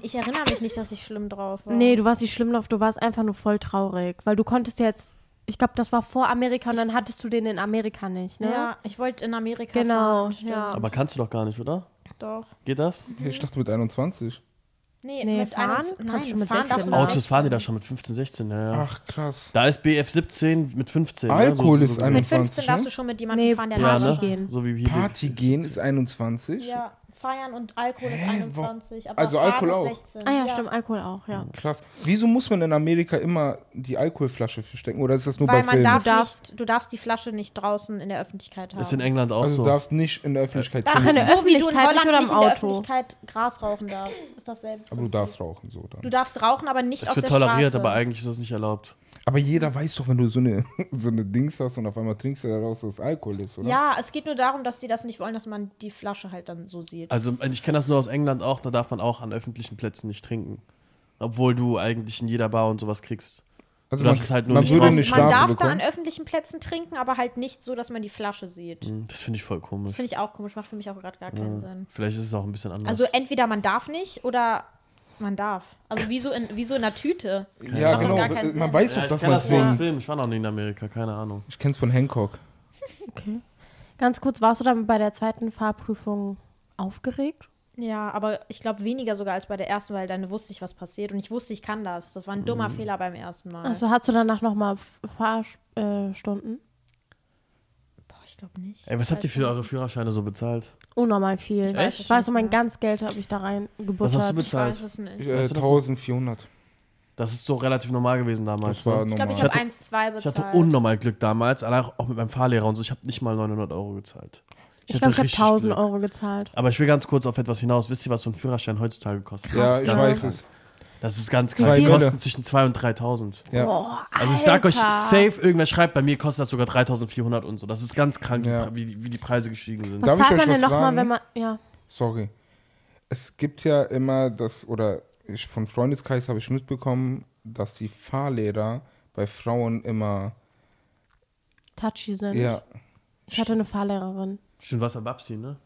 D: Ich erinnere mich nicht, dass ich schlimm drauf war.
A: Nee, du warst nicht schlimm drauf, du warst einfach nur voll traurig, weil du konntest jetzt, ich glaube, das war vor Amerika und dann hattest du den in Amerika nicht, ne?
D: Ja, ich wollte in Amerika
A: Genau,
D: fahren. stimmt.
A: ja.
B: Aber kannst du doch gar nicht, oder?
D: Doch.
B: Geht das?
C: ich dachte mit 21.
D: Nee,
A: Nee,
D: mit
A: fahren?
D: 21
A: Kannst
D: Nein,
A: du mit
D: fahren darfst du
A: 16
D: nicht.
A: Autos
B: Autos fahren die da schon mit 15, 16. Ja, ja.
C: Ach krass.
B: Da ist BF 17 mit 15.
C: Alkohol
B: gesehen.
C: ist
D: Mit
C: 21,
D: 15 darfst
C: ne?
D: du schon mit jemandem
A: Nee,
D: fahren, der
B: ja,
D: Party
A: Party
B: ne?
A: gehen.
B: So wie hier.
C: Party gehen ist 21.
D: Ja, feiern und Also Alkohol ist
C: Hä,
D: 21. Aber
C: also
D: fahren
C: Alkohol
D: ist
C: auch?
D: 16.
A: Ah
C: Ähm,
A: ja, stimmt, Alkohol auch, ja.
C: Krass. Wieso muss man in Amerika immer die Alkoholflasche verstecken oder ist das nur
D: Weil
C: bei
D: man
C: Filmen?
D: darf
A: Du darfst-
D: nicht, du darfst die Flasche nicht draußen in der Öffentlichkeit haben.
B: Ist in England auch
C: also du
B: so.
C: darfst nicht in der Öffentlichkeit
D: Ach,
A: in
C: trinken,
A: der
D: so wie du in
A: Öffentlichkeit
D: Holland
A: oder im
D: nicht in der
A: Auto?
D: Öffentlichkeit Gras rauchen darfst. Ist dasselbe.
C: aber du
D: Prinzip.
C: darfst rauchen so dann.
D: Du darfst rauchen, aber nicht
B: Es
D: auf
B: wird
D: der
B: toleriert,
D: Straße.
B: aber eigentlich ist das nicht erlaubt.
C: Aber jeder weiß doch, wenn du so eine, so eine Dings hast und auf einmal trinkst du daraus, dass es Alkohol ist, oder?
D: Ja, es geht nur darum, dass die das nicht wollen, dass man die Flasche halt dann so sieht.
B: Also ich kenne das nur aus England auch, da darf man auch an öffentlichen Plätzen nicht trinken. Obwohl du eigentlich in jeder Bar und sowas kriegst.
C: Also
B: Du
C: man,
B: darfst es halt nur
C: man
B: nicht
C: würde
B: draußen
C: eine
B: trinken.
D: man
C: Strafe
D: darf da
C: bekommen.
D: an öffentlichen Plätzen trinken, aber halt nicht so, dass man die Flasche sieht.
C: Mhm.
B: Hm, Das finde ich voll
D: Das
B: komisch.
D: finde ich auch komisch, macht für mich auch gerade gar keinen Sinn.
B: Vielleicht ist es auch ein bisschen anders.
D: Also entweder man darf nicht oder man darf. Also wie so in, wie so in einer Tüte.
C: ja,
D: Macht doch gar keinen
C: genau. Man
D: Sinn.
C: weiß
B: ja,
C: doch,
B: ich
C: dass
B: kenne
C: man
B: das nur aus
C: zwingt.
B: Film. Ich war noch nie in Amerika, keine Ahnung.
C: Ich kenn's von Hancock.
A: Okay. Ganz kurz, warst du dann bei der zweiten Fahrprüfung aufgeregt?
D: Ja, aber ich glaube weniger sogar als bei der ersten, weil dann wusste ich, was passiert. Und ich wusste, ich kann das. Das war ein
B: Mhm.
D: dummer Fehler beim ersten Mal.
A: Also hast du danach nochmal äh, Fahrstunden?
D: Boah, ich glaube nicht.
B: Ey, was habt ihr für eure Führerscheine so bezahlt?
A: Unnormal viel. Ich
D: weiß
A: weiß,
D: es
A: du,
D: nicht
A: mein
D: mehr.
A: ganzes Geld habe ich da rein
B: Was
A: gebuttert.
B: hast du
D: Ich weiß
B: bezahlt?
D: es nicht.
C: Ich,
D: Ich
C: äh,
B: Weißt du das noch?
C: 1400.
B: Das ist so relativ normal gewesen damals.
C: Das war
B: ne?
D: glaube, ich
C: normal.
D: habe
B: hatte-
D: 1,2 bezahlt.
B: ich hatte unnormal Glück damals, allein auch mit meinem Fahrlehrer und so. Ich habe nicht mal 900 Euro gezahlt.
A: ich
B: hatte
A: glaube, ich habe
B: richtig
A: 1000
B: Glück.
A: Euro gezahlt.
B: Aber ich will ganz kurz auf etwas hinaus. Wisst ihr, was so ein Führerschein heutzutage kostet? Das
C: Ja, ich
B: ist ganz
C: weiß
B: krank.
C: es.
B: Das ist ganz
C: Zwei
B: klar. Die
C: Mille.
B: kosten zwischen 2.000 und 3.000.
C: Ja.
A: Boah,
B: Also ich sag euch,
A: Alter.
B: safe, irgendwer schreibt, bei mir kostet das sogar 3.400 und so. Das ist ganz krank, wie
C: Ja.
B: die- wie, die- wie die Preise gestiegen sind.
A: Was
C: Darf ich
A: zahlt
C: euch
A: man
C: was
A: denn nochmal,
C: fragen?
A: wenn man. Ja.
C: Sorry. Es gibt ja immer das, oder ich, von Freundeskreis habe ich mitbekommen, dass die Fahrlehrer bei Frauen immer,
A: touchy sind.
C: ja,
A: Ich hatte eine Fahrlehrerin.
B: Stimmt, was Babsi, ne?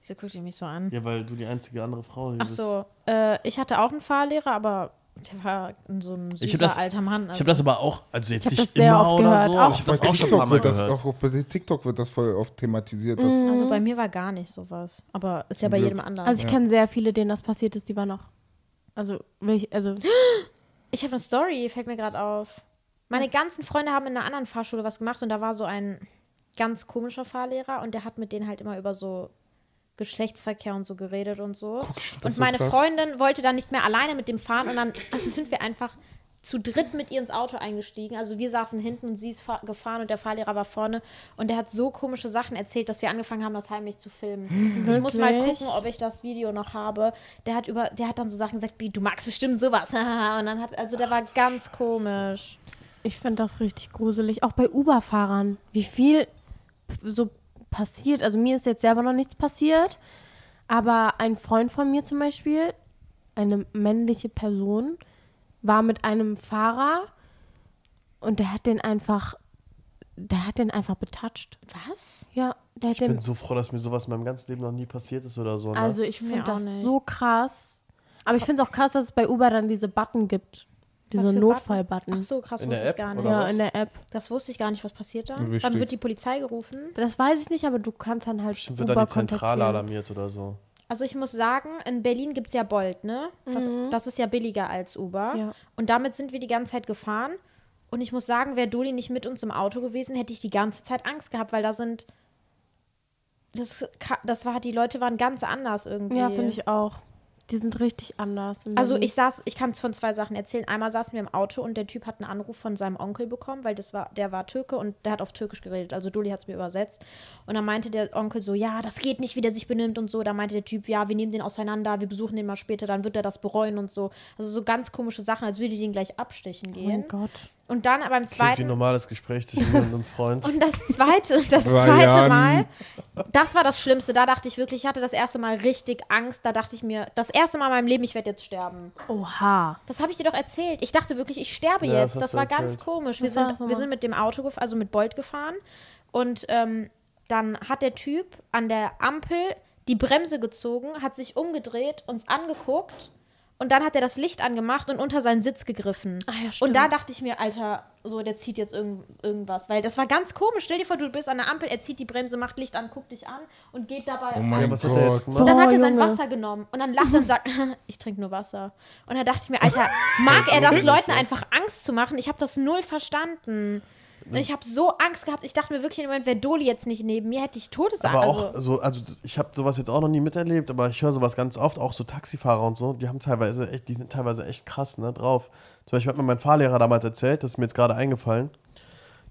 D: Wieso guckt ihr mich so an?
B: Ja, weil du die einzige andere Frau hier
D: Ach
B: bist.
D: so, äh, ich hatte auch einen Fahrlehrer, aber der war so ein süßer
B: Ich hab das-
D: alter Mann.
B: Ich habe das aber auch, also jetzt
A: Ich hab
B: nicht
A: das sehr
B: immer
A: oft
B: oder
A: gehört,
B: so,
A: auch
B: aber ich habe
C: bei
B: das auch schon ein paar
C: TikTok,
B: Mal
C: wird das,
B: gehört.
C: auch bei TikTok wird das voll oft thematisiert. Dass,
D: also bei mir war gar nicht sowas. Aber ist ja bei
C: Glück.
D: jedem anderen.
A: Also ich kenne sehr viele, denen das passiert ist, die waren noch. Also, welch, also
D: ich habe eine Story, fällt mir gerade auf.
C: Hm.
D: Meine ganzen Freunde haben in einer anderen Fahrschule was gemacht und da war so ein ganz komischer Fahrlehrer und der hat mit denen halt immer über so Geschlechtsverkehr und so geredet und so.
C: ich find das
D: und
C: so
D: meine
C: krass.
D: Freundin wollte dann nicht mehr alleine mit dem fahren und dann sind wir einfach zu dritt mit ihr ins Auto eingestiegen. Also wir saßen hinten und sie ist fa- gefahren und der Fahrlehrer war vorne. Und der hat so komische Sachen erzählt, dass wir angefangen haben, das heimlich zu filmen. Ich muss mal
A: Wirklich?
D: gucken, ob ich das Video noch habe. Der hat über, der hat dann so Sachen gesagt, wie du magst bestimmt sowas. und dann hat, also der war ganz komisch.
A: Ich fand das richtig gruselig. Auch bei Uber-Fahrern, wie viel p- so passiert. Also mir ist jetzt selber noch nichts passiert, aber ein Freund von mir zum Beispiel, eine männliche Person, war mit einem Fahrer und der hat den einfach, der hat den einfach betatscht.
D: Was?
A: Ja, der hat
B: Ich bin
A: den,
B: so froh, dass mir sowas in meinem ganzen Leben noch nie passiert ist oder so. Ne?
A: also ich finde
D: Mir auch
A: das
D: nicht.
A: so krass. Aber ich finde es auch krass, dass es bei Uber dann diese Button gibt.
D: Was
A: Diese
D: für
A: Notfall-Button.
D: Ach so, krass,
B: In der
D: wusste ich
B: App
D: gar nicht.
B: oder
A: ja,
B: was?
A: in der App.
D: Das wusste ich gar nicht, was passiert da.
C: Richtig.
D: Wann wird die Polizei gerufen?
A: Das weiß ich nicht, aber du kannst dann halt
B: Bestimmt wird
A: Uber
B: dann die Zentrale
A: kontaktieren.
B: alarmiert oder so.
D: Also ich muss sagen, in Berlin gibt es ja Bolt, ne? Das, das ist ja billiger als Uber.
A: Mhm. Ja.
D: Und damit sind wir die ganze Zeit gefahren. Und ich muss sagen, wäre Doli nicht mit uns im Auto gewesen, hätte ich die ganze Zeit Angst gehabt, weil da sind. Das, ka- das war, die Leute waren ganz anders irgendwie.
A: Ja, finde ich auch. Die sind richtig anders. in
D: Also
A: Berlin.
D: ich saß, ich kann es von zwei Sachen erzählen. Einmal saßen wir im Auto und der Typ hat einen Anruf von seinem Onkel bekommen, weil das war, der war Türke und der hat auf Türkisch geredet. Also Duli hat es mir übersetzt. Und dann meinte der Onkel so, ja, das geht nicht, wie der sich benimmt und so. Da meinte der Typ, ja, wir nehmen den auseinander, wir besuchen den mal später, dann wird er das bereuen und so. Also so ganz komische Sachen, als würde die den gleich abstechen
A: Oh mein
D: gehen.
A: Gott.
D: und dann aber im
B: Klingt wie ein
D: zweiten.
B: normales Gespräch zwischen mir und einem Freund.
C: Oh
D: Und das zweite, das
C: Aber
D: zweite
C: ja,
D: Mal, das war das Schlimmste. Da dachte ich wirklich, ich hatte das erste Mal richtig Angst. Da dachte ich mir, das erste Mal in meinem Leben, ich werde jetzt sterben.
A: Oha.
D: Das habe ich dir doch erzählt. Ich dachte wirklich, ich sterbe
B: Ja, das
D: jetzt. Das,
B: hast du
D: war ganz
B: erzählt.
D: komisch. Wir
A: Was war das
D: sind,
A: nochmal?
D: wir sind mit dem Auto, gef- also mit Bolt gefahren. Und ähm, dann hat der Typ an der Ampel die Bremse gezogen, hat sich umgedreht, uns angeguckt. Und dann hat er das Licht angemacht und unter seinen Sitz gegriffen.
A: Ah ja,
D: und
A: stimmt.
D: da dachte ich mir, Alter, so, der zieht jetzt irgend, irgendwas. Weil das war ganz komisch. Stell dir vor, du bist an der Ampel, er zieht die Bremse, macht Licht an, guckt dich an und geht dabei
C: Oh mein
B: Ja, was
C: Gott.
B: hat er jetzt
D: und
B: gemacht?
D: dann
A: Boah,
D: hat er sein
A: Junge.
D: Wasser genommen und dann lacht er und sagt, ich trinke nur Wasser. Und da dachte ich mir, Alter, mag er das Leuten einfach Angst zu machen? Ich habe das null verstanden. Und ich habe so Angst gehabt. Ich dachte mir wirklich im Moment, wäre Doli jetzt nicht neben mir, hätte ich Todesangst.
B: Aber
D: also,
B: auch so, also ich habe sowas jetzt auch noch nie miterlebt, aber ich höre sowas ganz oft, auch so Taxifahrer und so, die haben teilweise echt, die sind teilweise echt krass, ne, drauf. Zum Beispiel hat mir mein Fahrlehrer damals erzählt, das ist mir jetzt gerade eingefallen.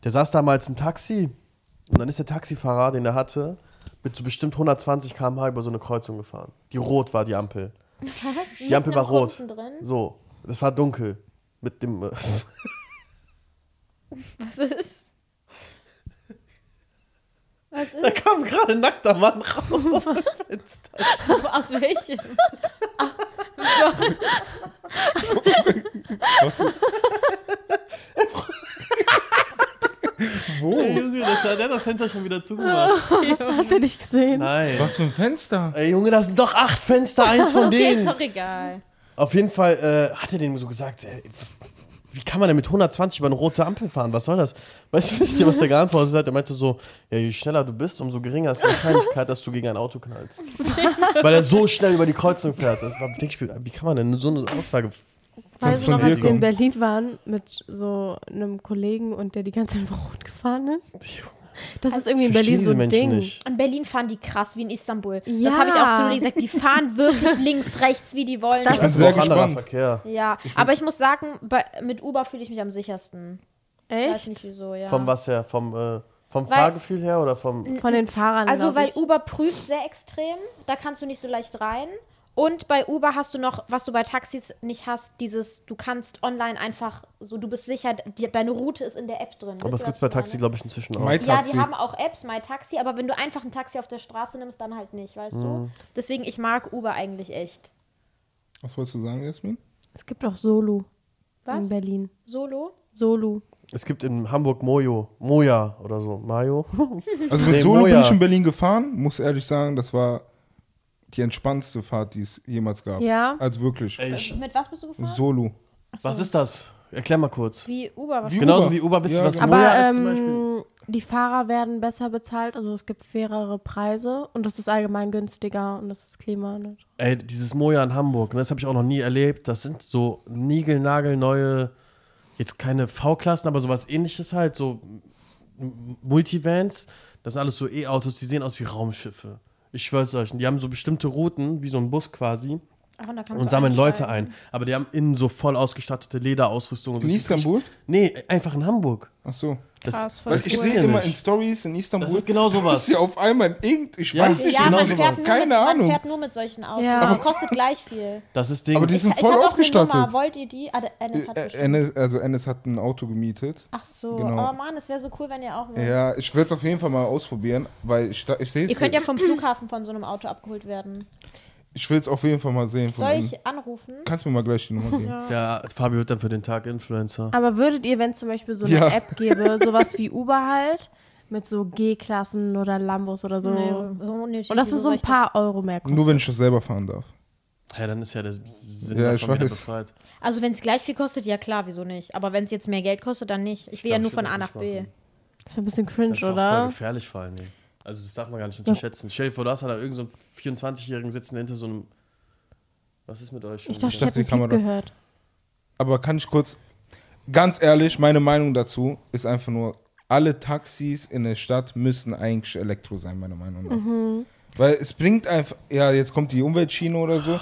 B: Der saß damals im Taxi und dann ist der Taxifahrer, den er hatte, mit so bestimmt 120 km/h über so eine Kreuzung gefahren. Die rot war die Ampel. Die Ampel war rot.
D: Drin.
B: So, es war dunkel. Mit dem. äh,
D: Was ist? Was
B: Da
D: ist?
B: kam gerade ein nackter Mann raus aus dem Fenster.
D: Aus welchem?
C: Was?
B: Ey,
C: Wo?
B: Junge, das, der hat das Fenster schon wieder zugemacht.
A: Hat er dich gesehen?
B: Nein.
C: Was für ein Fenster?
B: Ah. Ey, Junge, das sind doch acht Fenster, eins von
D: Okay,
B: denen.
D: ist doch egal.
B: Auf jeden Fall äh, hat er dem so gesagt, äh, wie kann man denn mit 120 über eine rote Ampel fahren? Was soll das? Weißt du, wisst ihr, was der geantwortet hat? Er meinte so, ja, je schneller du bist, umso geringer ist die Wahrscheinlichkeit, dass du gegen ein Auto knallst. Weil er so schnell über die Kreuzung fährt. Das war, denk ich, mir, wie kann man denn so eine Aussage...
A: Weißt du
C: von
A: noch,
C: dir
A: als wir in
C: kommen.
A: Berlin waren mit so einem Kollegen und der die ganze Zeit rot gefahren ist? Das ist irgendwie in Berlin
B: Verstehen diese
A: so ein
B: Menschen
A: Ding.
B: nicht.
D: In Berlin fahren die krass wie in Istanbul. Das
A: Ja.
D: habe ich auch zu Luli gesagt. Die fahren wirklich links, rechts, wie die wollen.
A: Das
B: Das
C: bin
B: ist auch
C: sehr
B: anderer
C: gespannt.
B: Verkehr.
D: Ja, aber ich muss sagen, bei, mit Uber fühle ich mich am sichersten. Ich weiß
A: Echt?
D: nicht wieso, ja.
B: Vom was her? Vom, äh, vom
D: Weil-
B: Fahrgefühl her oder vom...
A: Von den Fahrern.
D: also,
A: glaub
D: weil
A: ich.
D: Uber prüft sehr extrem, da kannst du nicht so leicht rein. Und bei Uber hast du noch, was du bei Taxis nicht hast, dieses, du kannst online einfach so, du bist sicher, die, deine Route ist in der App drin.
B: Aber
D: Wisst
B: das
D: ihr,
B: gibt's bei
D: was ich
B: Taxi,
D: meine?
B: glaube ich, inzwischen auch.
C: Mein
D: Ja,
C: Taxi.
D: die haben auch Apps, My Taxi, aber wenn du einfach ein Taxi auf der Straße nimmst, dann halt nicht, weißt
C: Mhm.
D: du? Deswegen, ich mag Uber eigentlich echt.
C: Was wolltest du sagen, Jasmin?
A: Es gibt auch Solo
D: Was?
A: in Berlin.
D: Solo?
A: Solo.
B: Es gibt in Hamburg Mojo, Moja oder so, Mayo.
C: Also
B: Nee,
C: mit Solo bin
B: Moja.
C: ich in Berlin gefahren, muss ehrlich sagen, das war die entspannendste Fahrt, die es jemals gab.
A: Ja.
C: Also wirklich.
D: Mit was bist du gefahren?
C: Solo.
B: was ist das? Erklär mal kurz.
D: Wie Uber wahrscheinlich.
B: Genauso
C: Uber.
B: wie Uber, wisst ihr,
C: Ja,
B: was
C: genau.
A: Aber
B: Moja ist zum Beispiel?
A: ähm, die Fahrer werden besser bezahlt, also es gibt fairere Preise und das ist allgemein günstiger und das ist ne? klimaneutral.
B: Ey, dieses Moja in Hamburg, ne, das habe ich auch noch nie erlebt. Das sind so niegelnagelneue, jetzt keine V-Klassen, aber sowas ähnliches halt, so M- Multivans. Das sind alles so E-Autos, die sehen aus wie Raumschiffe. Ich schwör's euch. Und die haben so bestimmte Routen, wie so ein Bus quasi.
D: Ach, da kannst
B: und
D: du
B: sammeln Leute
D: einsteigen.
B: ein. Aber die haben innen so voll ausgestattete Lederausrüstung. Und so.
C: In Istanbul?
B: Nee, einfach in Hamburg.
C: Ach so.
B: Das,
D: Krass, voll
C: Weil
B: das
C: ich
B: gibt's
C: sehe
B: hier
C: immer in
B: nicht.
C: Stories in Istanbul.
B: Das ist genau sowas.
C: Ist ja auf einmal in irgend. Ich
B: Ja.
C: weiß nicht.
D: Ja,
B: Genau
D: man,
B: sowas.
D: fährt nur
C: Keine
D: mit, man
C: Ahnung.
D: fährt nur mit solchen Autos.
A: Ja.
D: Das
A: Aber-
D: kostet gleich viel.
B: Das ist Ding.
C: Aber die sind
D: ich
C: voll
D: hab auch
C: ausgestattet.
D: Eine Nummer. Wollt ihr die? Ah, der Ennis hat
C: Äh,
D: bestimmt.
C: Enes, also Enes hat ein Auto gemietet.
D: Ach so.
C: Genau.
D: Oh Mann, es wäre so cool, wenn ihr auch wollt.
C: Ja, ich würde es auf jeden Fall mal ausprobieren, weil ich, da- ich sehe
D: Ihr
C: es.
D: könnt ja vom Flughafen von so einem Auto abgeholt werden.
C: Ich will es auf jeden Fall mal sehen. Von
D: Soll
B: Mhm.
C: innen.
D: ich anrufen?
C: Kannst mir mal gleich die Nummer geben?
B: Ja, Fabio wird dann für den Tag Influencer.
D: Ah.
A: Aber würdet ihr, wenn es zum Beispiel so eine
C: Ja.
A: App gäbe, sowas wie Uber halt, mit so G-Klassen oder Lambos oder so.
D: Nee, unnötig.
A: Und dass du
D: Wieso
A: so
D: soll
A: ein
D: ich das-
A: paar Euro mehr kostet.
C: Nur wenn ich das selber fahren darf.
B: Ja, dann ist ja der Sinn
C: Ja, ich
B: davon wieder
C: weiß.
B: befreit.
D: Also wenn es gleich viel kostet, ja klar, wieso nicht? Aber wenn es jetzt mehr Geld kostet, dann nicht. Ich will ja
B: glaub,
D: nur
B: ich
D: von
B: würd
D: A
B: das
D: nach
B: nicht
D: B.
B: machen.
A: Das ist ein bisschen cringe,
B: Das ist auch voll
A: oder?
B: gefährlich vor allen Dingen. Also das darf man gar nicht unterschätzen. Stell dir vor, du hast da irgendeinen so einen 24-Jährigen sitzen hinter so einem... Was ist mit euch schon
A: Ich dachte, ich
B: wieder?
A: hätte einen
C: die Kamera.
A: Piep gehört.
C: Aber kann ich kurz, ganz ehrlich, meine Meinung dazu ist einfach nur, alle Taxis in der Stadt müssen eigentlich Elektro sein, meiner Meinung nach.
D: Mhm.
C: Weil es bringt einfach, ja, jetzt kommt die Umweltschiene oder so.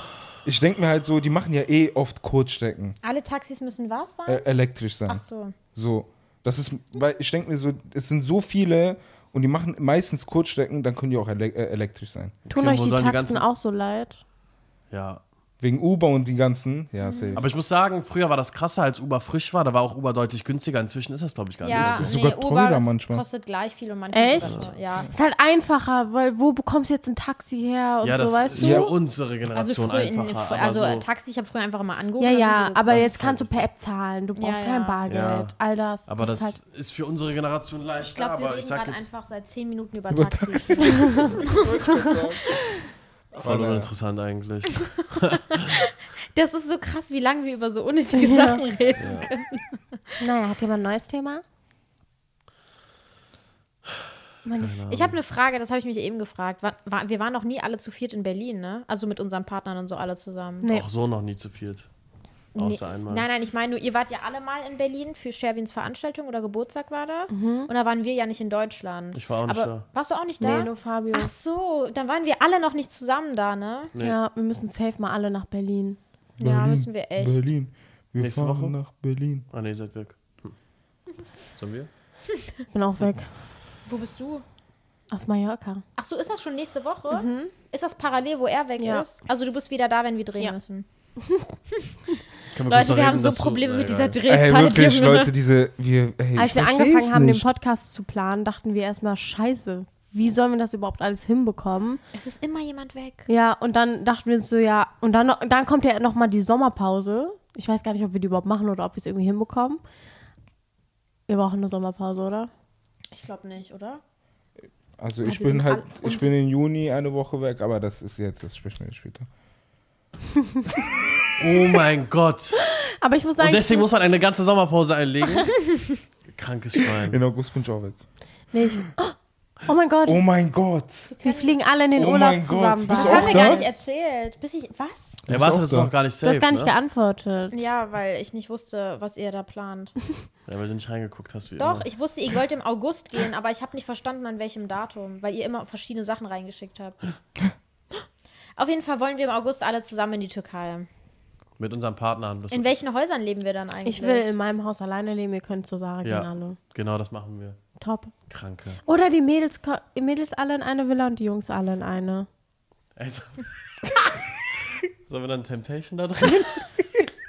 C: Ich denke mir halt so, die machen ja eh oft Kurzstrecken
D: Alle Taxis müssen was sein?
C: äh, elektrisch sein.
D: Ach so.
C: So, das ist, weil ich denke mir so, es sind so viele und die machen meistens Kurzstrecken, dann können die auch ele äh, elektrisch sein.
A: Tun
B: Okay,
A: euch
B: wo
A: die
B: sollen die
A: Taxen
B: ganzen-
A: auch so leid?
B: Ja.
C: Wegen Uber und die ganzen, ja, safe.
B: Aber ich muss sagen, früher war das krasser, als Uber frisch war. Da war auch Uber deutlich günstiger. Inzwischen ist das, glaube ich, gar
D: Ja,
B: nicht so.
C: ist
D: nee,
C: sogar
D: Uber
C: teurer
D: das
C: manchmal.
D: kostet gleich viel und manchmal
A: Echt?
D: sogar so. Ja.
A: Ist halt einfacher, weil wo bekommst du jetzt ein Taxi her und
B: Ja, das
A: so, weißt
B: ist
A: du?
B: für
A: Ja,
B: unsere
D: Also,
B: Generation
D: früher in,
B: einfacher. aber
D: also
B: so.
D: äh, Taxi, ich habe früher einfach immer angerufen.
A: ja,
D: dann sind die
A: aber
D: gekommen.
B: Das
A: jetzt
B: ist
A: kannst du
B: halt
A: per App zahlen. Du brauchst
D: Ja, ja.
A: kein Bargeld.
B: Ja.
A: All das.
B: Aber das
A: ist halt
B: ist für unsere Generation leichter.
D: Ich glaube, wir
B: aber ich
D: reden
B: sag
D: gerade
B: jetzt
D: einfach seit 10 Minuten über,
C: Über
D: Taxis.
B: voll
C: Oder-
B: uninteressant eigentlich.
D: Das ist so krass, wie lange wir über so unnötige Sachen reden.
A: Naja, hat jemand ein neues Thema? Mann,
D: Ich habe eine Frage, das habe ich mich eben gefragt. Wa- wa- Wir waren noch nie alle zu viert in Berlin, ne? Also mit unseren Partnern und so alle zusammen.
A: nee.
B: Auch so noch nie zu viert. Außer einmal.
D: Nein, nein, ich meine nur, ihr wart ja alle mal in Berlin für Sherwins Veranstaltung oder Geburtstag war das. Und da waren wir ja nicht in Deutschland.
B: Ich war auch nicht
D: Aber
B: da.
D: Warst du auch nicht da?
A: nee, nur Fabio.
D: Ach so, dann waren wir alle noch nicht zusammen da, ne?
B: Nee.
A: Ja, wir müssen safe mal alle nach Berlin.
D: Ja, müssen wir echt.
C: Berlin. Wir
B: Nächste
C: fahren
B: Woche?
C: nach Berlin.
B: Ah, nee, seid weg. Hm. Sollen wir?
A: Ich bin auch weg.
D: Wo bist du?
A: Auf Mallorca.
D: Ach so, ist das schon nächste Woche? Ist das parallel, wo er weg
A: Ja.
D: ist? Also du bist wieder da, wenn wir drehen
A: Ja.
D: müssen.
B: Können kurz
D: Leute,
B: noch
D: Also wir
B: reden,
D: haben so
B: dass du-
D: Probleme
B: Na,
D: mit
B: egal.
D: dieser Drehzeit.
C: Ey, wirklich,
D: Junge.
C: Leute, diese. Wir, ey,
A: Als
C: ich
A: wir
C: versteh's
A: angefangen haben, den
C: nicht.
A: Podcast zu planen, dachten wir erstmal, scheiße, wie sollen wir das überhaupt alles hinbekommen?
D: Es ist immer jemand weg.
A: Ja, und dann dachten wir uns so, ja, und dann, noch- dann kommt ja nochmal die Sommerpause. Ich weiß gar nicht, ob wir die überhaupt machen oder ob wir es irgendwie hinbekommen. Wir brauchen eine Sommerpause, oder?
D: Ich glaube nicht, oder?
C: Also,
A: Ja,
C: ich
A: wir
C: bin
A: sind
C: halt.
A: alle-
C: Ich bin im Juni eine Woche weg, aber das ist jetzt, das sprechen wir später.
B: Oh mein Gott.
A: Aber ich muss sagen,
B: Und deswegen
A: ich,
B: muss man eine ganze Sommerpause einlegen. Krankes Schwein.
C: In August bin ich auch weg.
A: nee, ich, oh mein Gott,
C: Oh mein Gott.
A: wir fliegen alle in den
C: Oh mein
A: Urlaub
C: Gott,
A: zusammen.
C: bist
D: Das
C: du
A: wa?
C: auch
D: haben wir
C: da?
D: gar nicht erzählt. Bis ich. Was?
B: Er
C: auch
B: wartet das
C: da.
B: noch gar nicht
A: Du
B: safe.
A: hast gar nicht
B: ne?
A: geantwortet.
D: Ja, weil ich nicht wusste, was ihr da plant.
B: ja, weil du nicht reingeguckt hast, wie
D: Doch,
B: immer.
D: ich wusste, ihr wollt im August gehen, aber ich habe nicht verstanden, an welchem Datum, weil ihr immer verschiedene Sachen reingeschickt habt. Auf jeden Fall wollen wir im August alle zusammen in die Türkei.
B: Mit unseren Partnern. Das
D: In welchen Häusern leben wir dann eigentlich?
A: Ich will in meinem Haus alleine leben, ihr könnt zu Sarah
B: ja,
A: gehen alle.
B: genau das machen wir.
A: Top.
B: Kranke.
A: Oder die Mädels, ko- die Mädels alle in eine Villa und die Jungs alle in eine.
B: Also. Sollen wir dann Temptation da drin?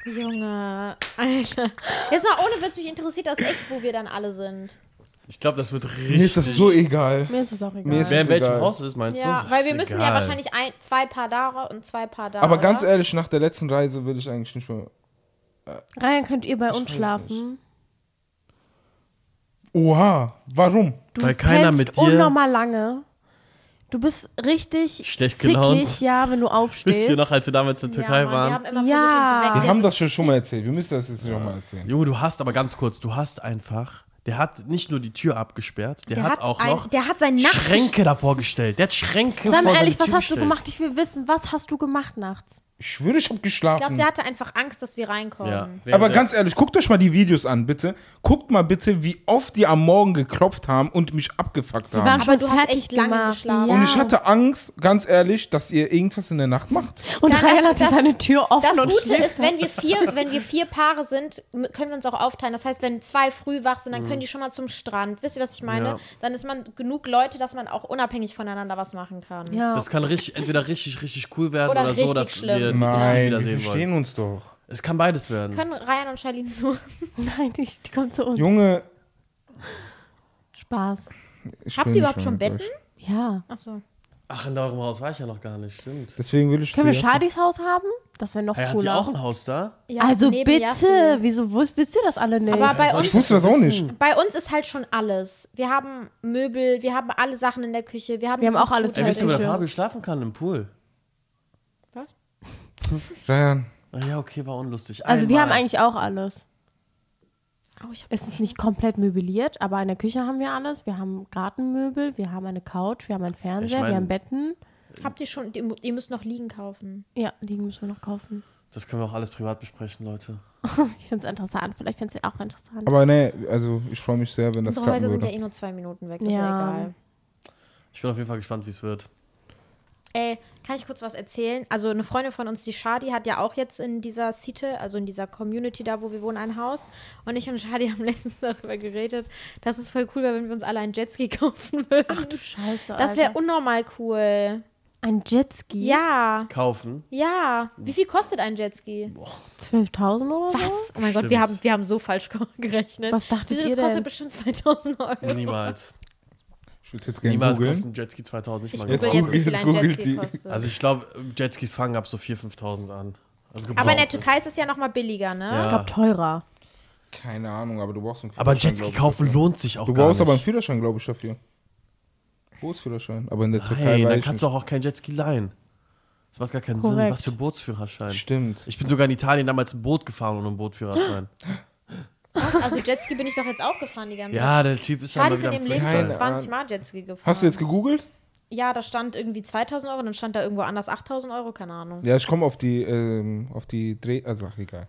D: Junge, Alter. Jetzt mal ohne Witz, mich interessiert das echt, wo wir dann alle sind.
B: Ich glaube, das wird richtig.
C: Mir ist das so egal.
A: Mir ist es auch egal.
C: Mir ist
B: Wer in welchem
C: egal.
B: Haus ist, meinst du?
D: Ja,
B: Das
D: weil
B: ist
D: wir müssen ja
B: egal.
D: wahrscheinlich ein, zwei Paar da und zwei Paar da.
C: Aber ganz
D: oder?
C: ehrlich, nach der letzten Reise will ich eigentlich nicht mehr.
A: Ryan, könnt ihr bei
C: Ich
A: uns
C: weiß
A: schlafen?
C: Oha, warum?
B: Weil keiner
A: pennst
B: mit dir.
A: unnormal lange. Du bist richtig
B: Schlecht
A: zickig,
B: gelaunt.
A: ja, wenn du aufstehst.
B: Wisst ihr noch, als wir damals in der Türkei
D: ja, Mann,
B: waren?
D: Wir haben immer
A: Ja.
D: versucht, uns
C: Wir
A: Wir
D: weg-
C: haben das schon, schon mal erzählt. Wir müssen das jetzt schon mal erzählen.
B: Junge, du hast aber ganz kurz, du hast einfach, der hat nicht nur die Tür abgesperrt, der,
D: Der
B: hat, auch
D: ein,
B: noch
D: Der hat seinen Nacht.
B: Schränke davor gestellt. Der hat Schränke
A: Sag
B: vor
A: mal ehrlich,
B: seine
A: was
B: Tür
A: hast du
B: gestellt.
A: gemacht? Ich will wissen, was hast du gemacht nachts?
C: Ich schwöre, ich habe
D: Ich glaube,
C: geschlafen.
D: der hatte einfach Angst, dass wir reinkommen.
B: Ja.
C: aber
B: Während
C: ganz ehrlich, guckt euch mal die Videos an, bitte. Guckt mal bitte, wie oft die am Morgen geklopft haben und mich abgefuckt
A: Wir
C: haben.
A: waren
D: Aber
A: schon
D: du hast
A: fertig
D: echt lange
A: gemacht.
D: geschlafen.
A: Ja.
C: Und ich hatte Angst, ganz ehrlich, dass ihr irgendwas in der Nacht macht.
A: Und
D: Ja, das-
A: Ryan hatte
D: das-
A: seine Tür
D: Das
A: offen und
D: Gute
A: schlief.
D: ist, wenn wir vier, wenn wir vier Paare sind, m- können wir uns auch aufteilen. Das heißt, wenn zwei früh wach sind, dann
C: Mhm.
D: können die schon mal zum Strand. Wisst ihr, was ich meine?
B: Ja.
D: Dann ist man genug Leute, dass man auch unabhängig voneinander was machen kann.
C: genau.
A: ja.
B: Das kann richtig, entweder richtig, richtig cool werden
D: Oder
B: oder, so,
D: richtig
B: dass
D: schlimm.
B: wir das nie
C: Nein, wir
B: wiedersehen wollen.
C: verstehen uns doch.
B: Es kann beides werden.
D: Können Ryan und Charlene so.
A: Nein, die, die kommt zu uns.
C: Junge,
A: Spaß.
C: ich
D: Habt
C: will nicht
D: ihr überhaupt
C: mehr
D: schon
C: mit
D: Betten?
C: euch.
A: Ja.
D: Achso.
B: Ach, in eurem Haus war ich ja noch gar nicht, stimmt.
C: Deswegen will ich
A: Können wir
C: zuerst-
A: Shadis Haus haben? Das wäre noch
B: Hey, hat sie
A: cooler.
B: auch ein Haus da?
D: Ja,
A: also
D: neben
A: bitte,
D: Yassin.
A: wieso wus- wisst ihr das alle nicht?
D: Aber bei
B: soll
D: uns
C: Ich wusste das auch nicht.
D: Bei uns ist halt schon alles. Wir haben Möbel, wir haben alle Sachen in der Küche, wir haben,
A: Wir haben
D: das
A: auch alles
D: Scooter-
B: Ey, wisst ihr, wo der
A: schön.
B: Fabio schlafen kann? Im Pool.
D: Was?
C: Ryan,
B: Ah Ja, okay, war unlustig.
A: also wir haben
B: Einmal.
A: eigentlich auch alles.
D: Oh, ich hab
A: Es ist nicht komplett möbliert, aber in der Küche haben wir alles. Wir haben Gartenmöbel, wir haben eine Couch, wir haben einen Fernseher,
B: mein-
A: wir haben Betten.
D: Habt ihr schon, ihr ihr müsst noch Liegen kaufen.
A: Ja, die müssen wir noch kaufen.
B: Das können wir auch alles privat besprechen, Leute.
A: Ich finde es interessant, vielleicht findet ihr auch interessant.
C: aber nee, also ich freue mich sehr, wenn das
D: Unsere
C: klappen
D: Häuser sind ja
C: würde.
D: eh nur zwei Minuten weg, das ist
A: Ja.
D: ja egal.
B: Ich bin auf jeden Fall gespannt, wie es wird.
D: Ey, kann ich kurz was erzählen? Also eine Freundin von uns, die Shadi, hat ja auch jetzt in dieser Cite, also in dieser Community da, wo wir wohnen, ein Haus. Und ich und Shadi haben letztens darüber geredet, dass es voll cool wäre, wenn wir uns alle einen Jetski kaufen würden. Ach du
A: Scheiße,
D: Das wäre
A: Alter.
D: unnormal cool.
A: ein Jetski.
D: Ja,
B: Kaufen.
D: ja. Wie viel kostet ein Jetski?
A: 12.000 oder so?
D: Was? Oh mein Gott, wir
B: Stimmt.
D: haben, wir haben so falsch ge- gerechnet.
A: Was dachtet
D: Wieso, das
A: ihr
D: Das
A: denn?
D: kostet bestimmt 2000 Euro.
B: Niemals.
C: Ich würde jetzt gerne
B: Niemals
C: googeln.
B: kostet ein Jetski 2000 nicht
D: Ich
B: mal.
D: google
C: Jetzt
B: gekauft.
D: jetzt, wie
C: googelt-
D: viel ein
C: googelt
D: Jetski
C: die.
D: kostet.
B: Also ich glaube, Jetskis fangen ab so 4.000, 5.000 an. Also
D: Aber in der
B: gebraucht
D: Türkei ist es ja nochmal billiger, ne?
B: Ja.
A: Ich glaube teurer.
C: Keine Ahnung, aber du brauchst einen
B: Aber ein
C: Führerschein,
B: Jetski
C: glaub ich,
B: kaufen
C: dafür.
B: lohnt sich auch
C: Du
B: gar
C: brauchst aber einen
B: nicht.
C: Führerschein, glaube ich, dafür. Wo ist Führerschein? Aber in der Türkei
B: Nein,
C: war
B: dann
C: ich
B: kannst du
C: nicht.
B: auch, kein Jetski leihen. Das macht gar keinen Sinn.
A: Korrekt.
B: Was für Bootsführerschein.
C: Stimmt.
B: Ich bin sogar in Italien damals ein Boot gefahren ohne einen Bootführerschein.
D: Also Jetski bin ich doch jetzt auch gefahren die ganze Zeit.
B: ja, der Typ ist
D: Schade,
B: halt
D: ist in dem
C: Freestyle.
D: Leben schon
B: Freestyle.
C: Keine
D: 20
C: Ahnung.
D: Mal Jetski gefahren.
C: Hast du jetzt gegoogelt?
D: Ja, da stand irgendwie 2000 Euro, dann stand da irgendwo anders 8000 Euro, keine Ahnung.
C: Ja, ich komme auf die, ähm, auf die Dreh... Also, ach, egal.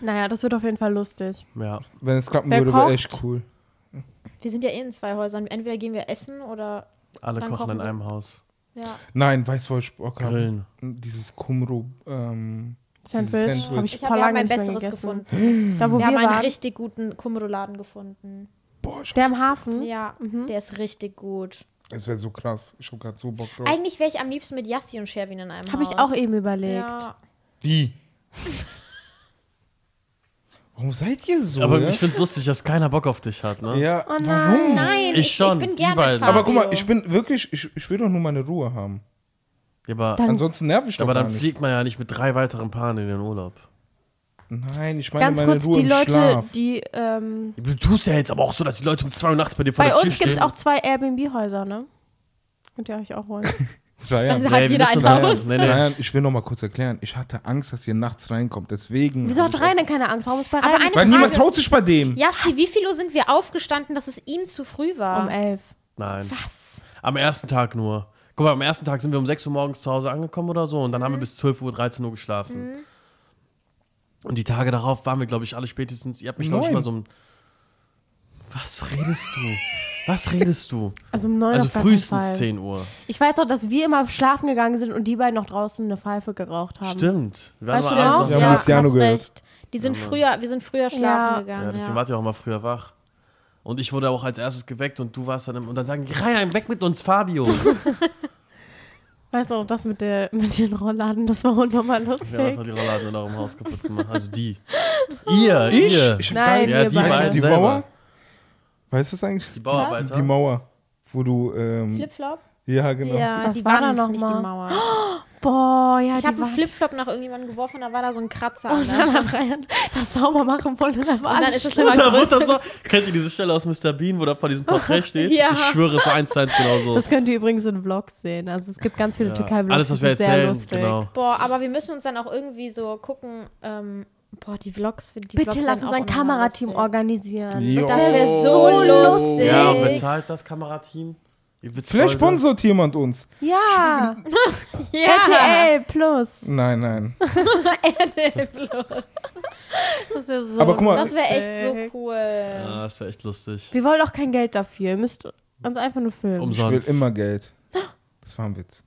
A: Naja, das wird auf jeden Fall lustig.
B: Ja.
C: Wenn es klappen
A: Wer
C: würde, wäre
A: kocht?
C: echt cool.
D: Wir sind ja eh in zwei Häusern. Entweder gehen wir essen oder.
B: Alle
D: Dann
B: kochen
D: kochen
B: in
D: wir.
B: einem Haus.
D: Ja.
C: Nein, weißt du, wo ich Bock habe?
B: Grillen.
C: Dieses Kumru... Ähm, dieses
A: Sandwich, habe ich,
D: Ich
A: vor
D: habe ja
A: lange
D: mein
A: nicht mehr
D: besseres
A: gegessen.
D: gefunden.
A: Da, wo
D: Wir
A: wir,
D: haben einen
A: waren,
D: richtig guten Kumroladen gefunden.
C: Boah, ich
A: der
C: hab,
A: am Hafen.
D: Ja, der ist richtig gut.
C: es wäre so krass. Ich habe gerade so Bock drauf.
D: Eigentlich wäre ich am liebsten mit Yassi und Sherwin in einem
A: Habe ich
D: Haus.
A: auch eben überlegt.
D: Ja.
C: Wie? Warum seid ihr so?
B: Aber
C: Oh, ja?
B: ich find's lustig, dass keiner Bock auf dich hat, ne?
C: ja,
A: Oh nein.
C: warum?
D: Nein,
B: Ich
D: ich, ich,
B: schon,
D: bin
B: die
D: gerne
B: beiden.
D: Fabio.
C: Aber guck mal, ich bin wirklich, ich, ich will doch nur meine Ruhe haben.
B: Ja, aber,
A: Dann-
C: Ansonsten nerv ich doch
B: aber
C: gar
B: dann
C: nicht.
B: fliegt man ja nicht mit drei weiteren Paaren in den Urlaub.
C: Nein, ich meine
A: Ganz
C: meine
A: kurz,
C: Ruhe
A: die
C: im
A: Leute,
C: Schlaf.
A: die, ähm,
B: Du tust ja jetzt aber auch so, dass die Leute um 2 Uhr nachts bei dir vor
A: bei
B: der Tür
A: uns
B: stehen.
A: gibt es auch zwei Airbnb-Häuser, ne? Könnt ihr euch auch holen.
C: Ryan,
A: halt
B: Nee,
D: Also hat
B: wir
D: jeder
B: müssen
D: ein
B: da-
D: Haus.
B: Nee, nee.
C: Ryan, ich will noch mal kurz erklären. Ich hatte Angst, dass ihr nachts reinkommt. Deswegen.
A: Wieso
C: hab
A: hat
C: ich
A: Rainer keine Angst? Warum ist bei
D: Aber
A: Rainer?
D: eine
C: Weil
D: Frage-
C: niemand traut sich bei dem.
D: Yassi, wie viel Uhr sind wir aufgestanden, dass es ihm zu früh war?
A: um elf.
B: Nein.
D: Was?
B: Am ersten Tag nur. Guck mal, am ersten Tag sind wir um 6 Uhr morgens zu Hause angekommen oder so und dann
A: Mhm.
B: haben wir bis 12 Uhr, 13 Uhr geschlafen. Und die Tage darauf waren wir, glaube ich, alle spätestens. Ihr habt mich, glaube ich,
C: Neun.
B: mal so ein. Was redest du? Was redest du?
A: Also um neun
B: Also
A: auf gar keinen
B: frühestens
A: Fall.
B: 10 Uhr.
A: Ich weiß doch, dass wir immer schlafen gegangen sind und die beiden noch draußen eine Pfeife geraucht haben.
B: Stimmt. Wir waren
A: Weißt
B: mal
A: du
B: alle
A: noch?
B: zusammen.
C: Wir haben Luciano
D: hast
C: gehört.
D: recht. Die sind früher, wir sind früher schlafen
A: Ja.
D: gegangen.
B: Ja, deswegen
D: ja.
B: wart ihr auch immer früher wach. Und ich wurde auch als erstes geweckt und du warst dann im, und dann sagen die, Ryan, weg mit uns, Fabio.
A: Weißt du, auch das mit, der, mit den Rollladen, das war unnormal
B: Wir haben
A: lustig.
B: einfach die Rollladen in eurem Haus kaputt gemacht. Also die. Ihr,
C: Ich?
B: ihr.
C: Ich
A: Nein,
C: hab gar nicht-
A: wir
B: ja, die
A: beide.
B: beiden
C: die
B: selber.
C: Mauer? Weißt du das eigentlich?
B: Die Bauarbeiter.
C: Die Mauer. Wo du. Ähm,
D: Flipflop?
C: ja, genau.
D: Ja,
A: Was
D: die
A: war
D: war
A: da
D: Wand,
A: noch
D: nicht die
A: mal?
D: Mauer.
A: Boah, ja,
D: Ich
A: die Oh,
D: habe einen
A: waren-
D: Flipflop nach irgendjemandem geworfen, da war da so ein Kratzer.
A: Und
D: ne?
A: dann hat Ryan das sauber machen wollen und dann war
D: Und dann
A: alles
D: ist es
A: schlimm.
D: immer
B: Und da wurde
D: größer.
B: das so. Kennt ihr diese Stelle aus Mr. Bean, wo da vor diesem Porträt steht?
D: Ja.
B: Ich schwöre, es war eins zu eins genauso.
A: Das könnt ihr übrigens in Vlogs sehen. Also es gibt ganz viele
B: Ja.
A: Türkei-Vlogs.
B: Alles, was wir
A: die sind sehr
B: erzählen,
A: lustig.
B: genau.
D: Boah, aber wir müssen uns dann auch irgendwie so gucken. Ähm, boah, die Vlogs für die
A: Bitte
D: Vlogs
A: lass
D: werden
A: uns
D: auch
A: ein
D: unnormal
A: Kamerateam
D: lustig.
A: organisieren.
C: Jo.
D: Das wäre so
A: Oh.
D: lustig.
B: Ja, und wer zahlt das Kamerateam? Ihr Witzbolde.
C: Vielleicht sponsort jemand uns.
A: Ja,
D: RTL.
A: RTL Plus.
C: Nein, nein.
D: RTL Plus.
A: Das wäre so
C: Aber guck mal-
D: Das wäre echt
A: lustig.
D: so cool.
B: Ah, das wäre echt lustig.
A: Wir wollen auch kein Geld dafür. Ihr müsst uns einfach nur filmen.
B: Umsonst.
C: Ich will immer Geld. Das war ein Witz.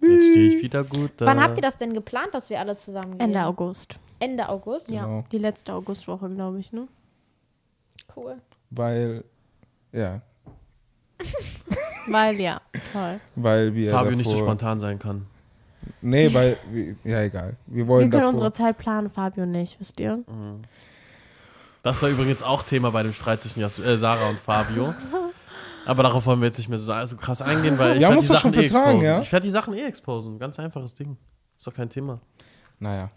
B: Jetzt stehe ich wieder gut da.
D: Wann habt ihr das denn geplant, dass wir alle zusammen gehen?
A: Ende August.
D: Ende August?
A: Ja,
C: Genau.
A: die letzte Augustwoche, glaube ich, ne?
D: Cool.
C: Weil, ja,
A: Weil ja, toll.
C: weil wir
B: Fabio
C: davor,
B: nicht so spontan sein kann.
C: Nee, weil, wir- ja egal. Wir
A: Wir
C: wollen
A: können
C: davor.
A: unsere Zeit planen, Fabio nicht, wisst ihr?
B: Das war übrigens auch Thema bei dem Streit zwischen Jas äh, Sarah und Fabio. Aber darauf wollen wir jetzt nicht mehr so, so krass eingehen, weil ich
C: Ja,
B: werde die
C: muss das
B: Sachen
C: schon
B: eh
C: vertragen,
B: exposen.
C: ja?
B: Ich werde die Sachen eh exposen. Ganz einfaches Ding. Ist doch kein Thema.
C: naja,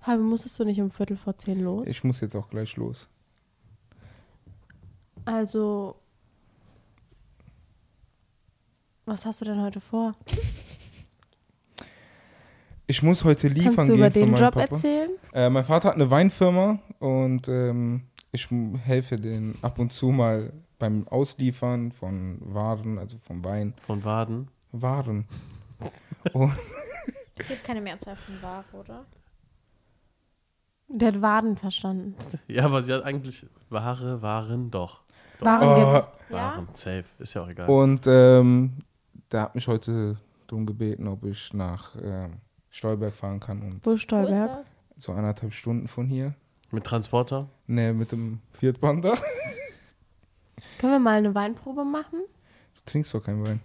A: Fabio, musstest du nicht um Viertel vor zehn los?
C: ich muss jetzt auch gleich los.
A: Also, was hast du denn heute vor?
C: Ich muss heute liefern
A: Kannst du
C: gehen
A: über
C: für
A: den
C: meinen
A: Job
C: Papa.
A: erzählen?
C: Äh, mein Vater hat eine Weinfirma und ähm, ich m- helfe den ab und zu mal beim Ausliefern von Waren, also von Wein.
B: Von Waden.
C: Waren.
D: Es gibt keine Mehrzahl von Ware, oder?
A: Der hat Waden verstanden.
B: Ja, aber sie hat eigentlich Ware, Waren doch. doch.
A: Waren
C: Oh.
A: gibt's.
D: Ja.
B: Waren, safe. Ist ja auch egal.
C: Und ähm, der hat mich heute darum gebeten, ob ich nach ähm, Stolberg fahren kann und
A: Wo
D: Wo ist
A: Stolberg?
D: das?
C: so eineinhalb Stunden von hier.
B: Mit Transporter?
C: Ne, mit dem Fiat-Panda.
A: Können wir mal eine Weinprobe machen?
C: Du trinkst doch keinen Wein.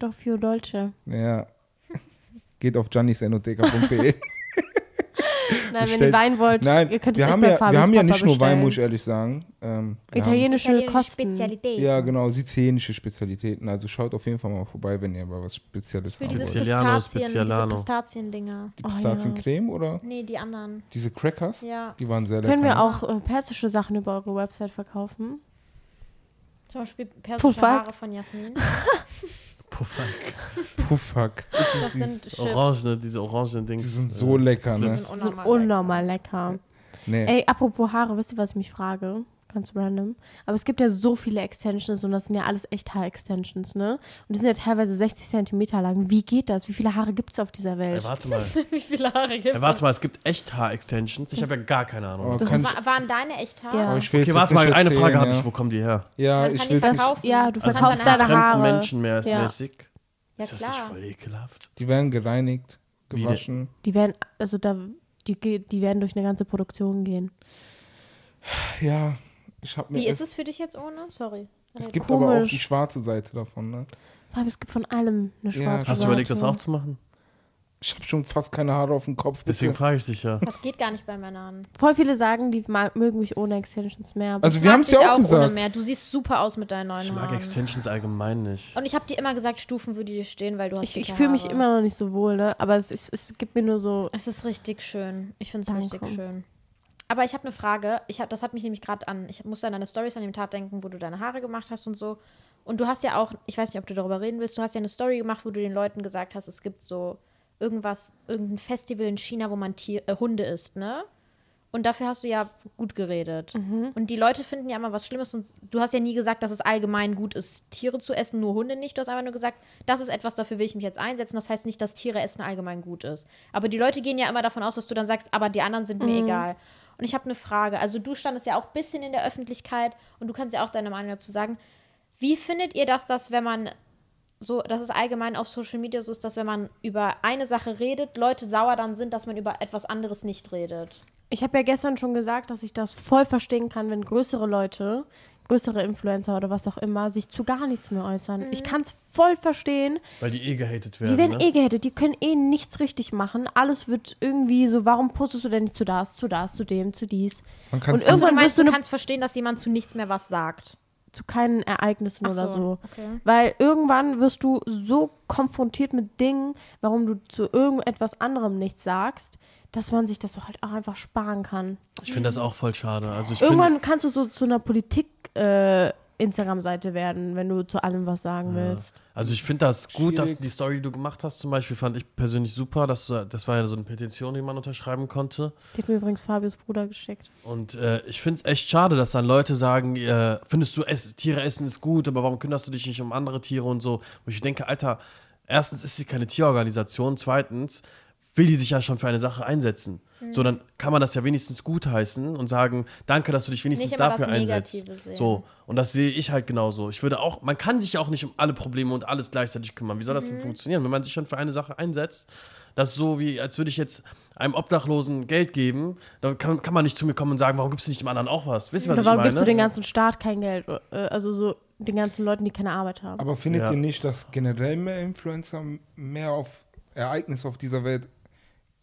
A: Doch, Fio Dolce.
C: Ja. Geht auf giannisenoteca.de.
A: Nein, wenn ihr
C: Bestellt-
A: Wein wollt,
C: E. Nein,
A: ihr könnt es
C: wir
A: echt
C: haben,
A: bei
C: ja,
A: Fabius
C: wir haben ja
A: Papa
C: nicht nur Wein, muss ich
A: bestellen.
C: ehrlich sagen. Ähm, wir haben-
A: Italienische
D: Italienische
A: Kosten.
D: Spezialität.
C: Ja, genau, sizilianische Spezialitäten. Also schaut auf jeden Fall mal vorbei, wenn ihr mal was Spezielles
D: Für
C: haben
D: dieses
C: wollt.
B: Spezialiano,
D: Pistazien, diese
B: Spezialano.
D: Pistazien-Dinger.
C: Die
A: Oh, ja.
C: Pistaziencreme oder
D: Nee, die anderen.
C: diese Crackers,
D: Ja.
C: die waren sehr lecker. ne?
A: Können wir auch äh, persische Sachen über eure Website verkaufen?
D: Zum Beispiel persische
A: Puffer.
D: Haare von Jasmin.
B: Puffack.
C: Puh, fuck. Das
D: Das
C: ist
D: sind
C: dieses,
D: Chips.
B: Orangene, diese orangenen Dings.
C: die sind so
B: Äh,
C: lecker,
D: Die
C: ne?
D: sind
A: Die sind
D: unnormal.
A: unnormal lecker.
C: Nee.
A: Ey, apropos Haare, wisst ihr, was ich mich frage? Ganz random. Aber es gibt ja so viele Extensions und das sind ja alles echt Haar-Extensions, ne? Und die sind ja teilweise 60 Zentimeter lang. Wie geht das? Wie viele Haare gibt es auf dieser
B: Ey,
A: Welt?
B: Äh, warte mal.
D: lecker. Wie viele Haare gibt's?
B: Ey, warte mal, es gibt echt Haar-Extensions. Ich habe ja gar keine Ahnung.
C: Oh,
A: Das
C: kann
A: ist-
C: ich,
D: Wa- waren deine echt Haare?
A: Ja.
C: aber ich will
B: Okay,
C: jetzt
B: warte
C: nicht
B: mal, eine
C: erzählen,
B: Frage habe
C: ja.
B: ich. Wo kommen die her?
C: Oh
B: Also,
C: Ja, ich
D: Man kann
C: will
D: die
C: jetzt nicht-
D: verkaufen.
A: Ja, du
D: Man kann
A: verkaufst
D: seine
A: deine
B: fremden
A: Haare.
B: Menschen mehr als
A: Ja.
B: mäßig.
D: Ja,
B: Ist das nicht
D: klar.
B: voll ekelhaft?
C: Die werden gereinigt,
B: Wie
C: gewaschen.
A: Die werden, also da, die, ge- die werden durch eine ganze Produktion gehen.
C: Ja, ich habe mir.
D: Wie ist
C: erst-
D: es für dich jetzt ohne? Sorry.
C: es gibt aber auch
A: Komisch.
C: die schwarze Seite davon, ne?
A: Fabio, es gibt von allem eine schwarze
C: Ja,
B: Hast du
A: Seite.
B: überlegt, das auch zu machen?
C: Ich habe schon fast keine Haare auf dem Kopf.
B: Deswegen
C: bitte.
B: frage ich dich ja.
D: Das geht gar nicht bei Männern.
A: Voll viele sagen, die mag, mögen mich ohne Extensions mehr. aber
C: Also,
A: ich
C: wir
D: Mag
C: haben es
D: dich
C: ja auch
D: ohne
C: gesagt.
D: mehr. Du siehst super aus mit deinen neuen
B: Ich mag
D: Haaren.
B: Extensions allgemein nicht.
D: Oh Und ich habe dir immer gesagt, Stufen würde dir stehen, weil du hast
A: ich, ich
D: dicke
A: fühle mich
D: Haare.
A: immer noch nicht so wohl, ne? Aber es, ist, es gibt mir nur so.
D: Es ist richtig schön. Ich finde es
A: Danke.
D: richtig schön. Aber ich habe eine Frage. Ich hab, das hat mich nämlich gerade an. Ich musste an deine Stories an dem Tag denken, wo du deine Haare gemacht hast und so. Und du hast ja auch, ich weiß nicht, ob du darüber reden willst, du hast ja eine Story gemacht, wo du den Leuten gesagt hast, es gibt so irgendwas, irgendein Festival in China, wo man Tier, äh, Hunde isst, ne? Und dafür hast du ja gut geredet. Und die Leute finden ja immer was Schlimmes. Und du hast ja nie gesagt, dass es allgemein gut ist, Tiere zu essen, nur Hunde nicht. Du hast einfach nur gesagt, das ist etwas, dafür will ich mich jetzt einsetzen. Das heißt nicht, dass Tiere essen allgemein gut ist. Aber die Leute gehen ja immer davon aus, dass du dann sagst, aber die anderen sind mir egal. Und ich habe eine Frage. Also du standest ja auch ein bisschen in der Öffentlichkeit und du kannst ja auch deine Meinung dazu sagen. Wie findet ihr das, dass wenn man so, dass es allgemein auf Social Media so ist, dass wenn man über eine Sache redet, Leute sauer dann sind, dass man über etwas anderes nicht redet?
A: Ich habe ja gestern schon gesagt, dass ich das voll verstehen kann, wenn größere Leute, größere Influencer oder was auch immer, sich zu gar nichts mehr äußern.
D: Mhm.
A: Ich kann es voll verstehen.
B: Weil die eh gehatet werden.
A: Die werden
B: ne?
A: eh gehatet, die können eh nichts richtig machen. Alles wird irgendwie so, warum postest du denn nicht zu das, zu das, zu dem, zu dies?
C: Man kann's
A: Und irgendwann
D: du meinst,
A: wirst du
D: du
A: eine
D: kannst verstehen, dass jemand zu nichts mehr was sagt.
A: zu keinen Ereignissen
D: Ach
A: oder
D: so,
A: so.
D: okay.
A: Weil irgendwann wirst du so konfrontiert mit Dingen, warum du zu irgendetwas anderem nichts sagst, dass man sich das so halt auch einfach sparen kann.
B: Ich finde das auch voll schade. Also ich
A: Irgendwann kannst du so zu einer Politik äh, Instagram-Seite werden, wenn du zu allem was sagen willst.
B: Also ich finde das gut, dass
C: Schwierig.
B: die Story, die du gemacht hast, zum Beispiel, fand ich persönlich super. Dass du, das war ja so eine Petition, die man unterschreiben konnte.
A: Die hat mir übrigens Fabius Bruder geschickt.
B: Und äh, ich finde es echt schade, dass dann Leute sagen, äh, findest du es, Tiere essen ist gut, aber warum kümmerst du dich nicht um andere Tiere und so? Wo ich denke, Alter, erstens ist sie keine Tierorganisation, zweitens will die sich ja schon für eine Sache einsetzen.
D: Mhm.
B: So, dann kann man das ja wenigstens gutheißen und sagen, danke, dass du dich wenigstens
D: Nicht immer
B: dafür
D: das
B: einsetzt.
D: Negative sehen.
B: So, und das sehe ich halt genauso. Ich würde auch, man kann sich ja auch nicht um alle Probleme und alles gleichzeitig kümmern. Wie soll
D: Mhm.
B: das denn funktionieren, wenn man sich schon für eine Sache einsetzt? Das ist so wie, als würde ich jetzt einem Obdachlosen Geld geben, dann kann, kann man nicht zu mir kommen und sagen, warum gibst du nicht dem anderen auch was? Wisst ihr, was
A: Warum
B: ich meine?
A: gibst du den ganzen Staat kein Geld? Äh, Also so den ganzen Leuten, die keine Arbeit haben.
C: Aber findet
B: Ja.
C: ihr nicht, dass generell mehr Influencer mehr auf Ereignisse auf dieser Welt,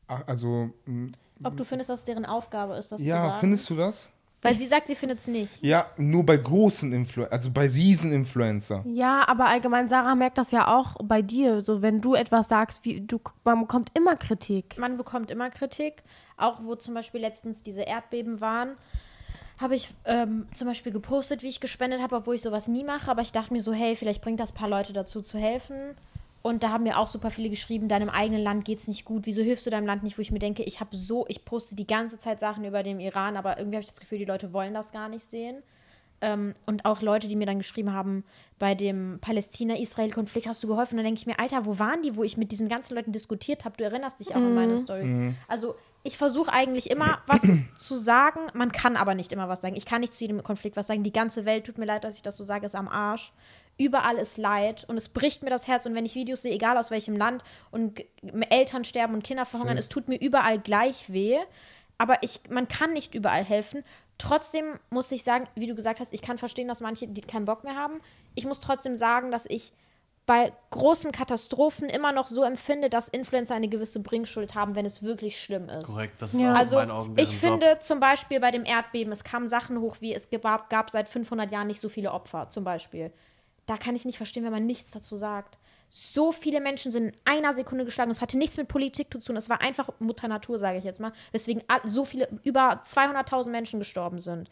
C: ach, also m,
D: Ob du findest, dass deren Aufgabe ist, das zu
C: ja,
D: sagen?
C: findest du das?
D: Weil sie sagt, sie findet es nicht.
C: Ja, nur bei großen Influencern, also bei Riesen-Influencer.
A: Ja, aber allgemein, Sarah merkt das ja auch bei dir. So, wenn du etwas sagst, wie du, man bekommt immer Kritik.
D: Man bekommt immer Kritik. Auch wo zum Beispiel letztens diese Erdbeben waren, habe ich ähm, zum Beispiel gepostet, wie ich gespendet habe, obwohl ich sowas nie mache. Aber ich dachte mir so, hey, vielleicht bringt das ein paar Leute dazu zu helfen. Und da haben mir auch super viele geschrieben, deinem eigenen Land geht's nicht gut. Wieso hilfst du deinem Land nicht? Wo ich mir denke, ich habe so, ich poste die ganze Zeit Sachen über den Iran, aber irgendwie habe ich das Gefühl, die Leute wollen das gar nicht sehen. Ähm, und auch Leute, die mir dann geschrieben haben, bei dem Palästina-Israel-Konflikt hast du geholfen. Und dann denke ich mir, Alter, wo waren die, wo ich mit diesen ganzen Leuten diskutiert habe? Du erinnerst dich auch an meine Story. Also ich versuche eigentlich immer was zu sagen. Man kann aber nicht immer was sagen. Ich kann nicht zu jedem Konflikt was sagen. Die ganze Welt, tut mir leid, dass ich das so sage, ist am Arsch. Überall ist Leid und es bricht mir das Herz. Und wenn ich Videos sehe, egal aus welchem Land, und g- Eltern sterben und Kinder verhungern,
C: Safe.
D: es tut mir überall gleich weh. Aber ich, man kann nicht überall helfen. Trotzdem muss ich sagen, wie du gesagt hast, ich kann verstehen, dass manche die keinen Bock mehr haben. Ich muss trotzdem sagen, dass ich bei großen Katastrophen immer noch so empfinde, dass Influencer eine gewisse Bringschuld haben, wenn es wirklich schlimm ist.
B: Korrekt, das ist
A: Ja.
B: auch in
D: Also
B: meinen Augen
D: ich
B: deren
D: finde
B: Job.
D: zum Beispiel bei dem Erdbeben, es kamen Sachen hoch, wie es gab, gab seit 500 Jahren nicht so viele Opfer zum Beispiel. Da kann ich nicht verstehen, wenn man nichts dazu sagt. So viele Menschen sind in einer Sekunde geschlagen. Es hatte nichts mit Politik zu tun. Es war einfach Mutter Natur, sage ich jetzt mal. Weswegen all- so viele, über 200.000 Menschen gestorben sind.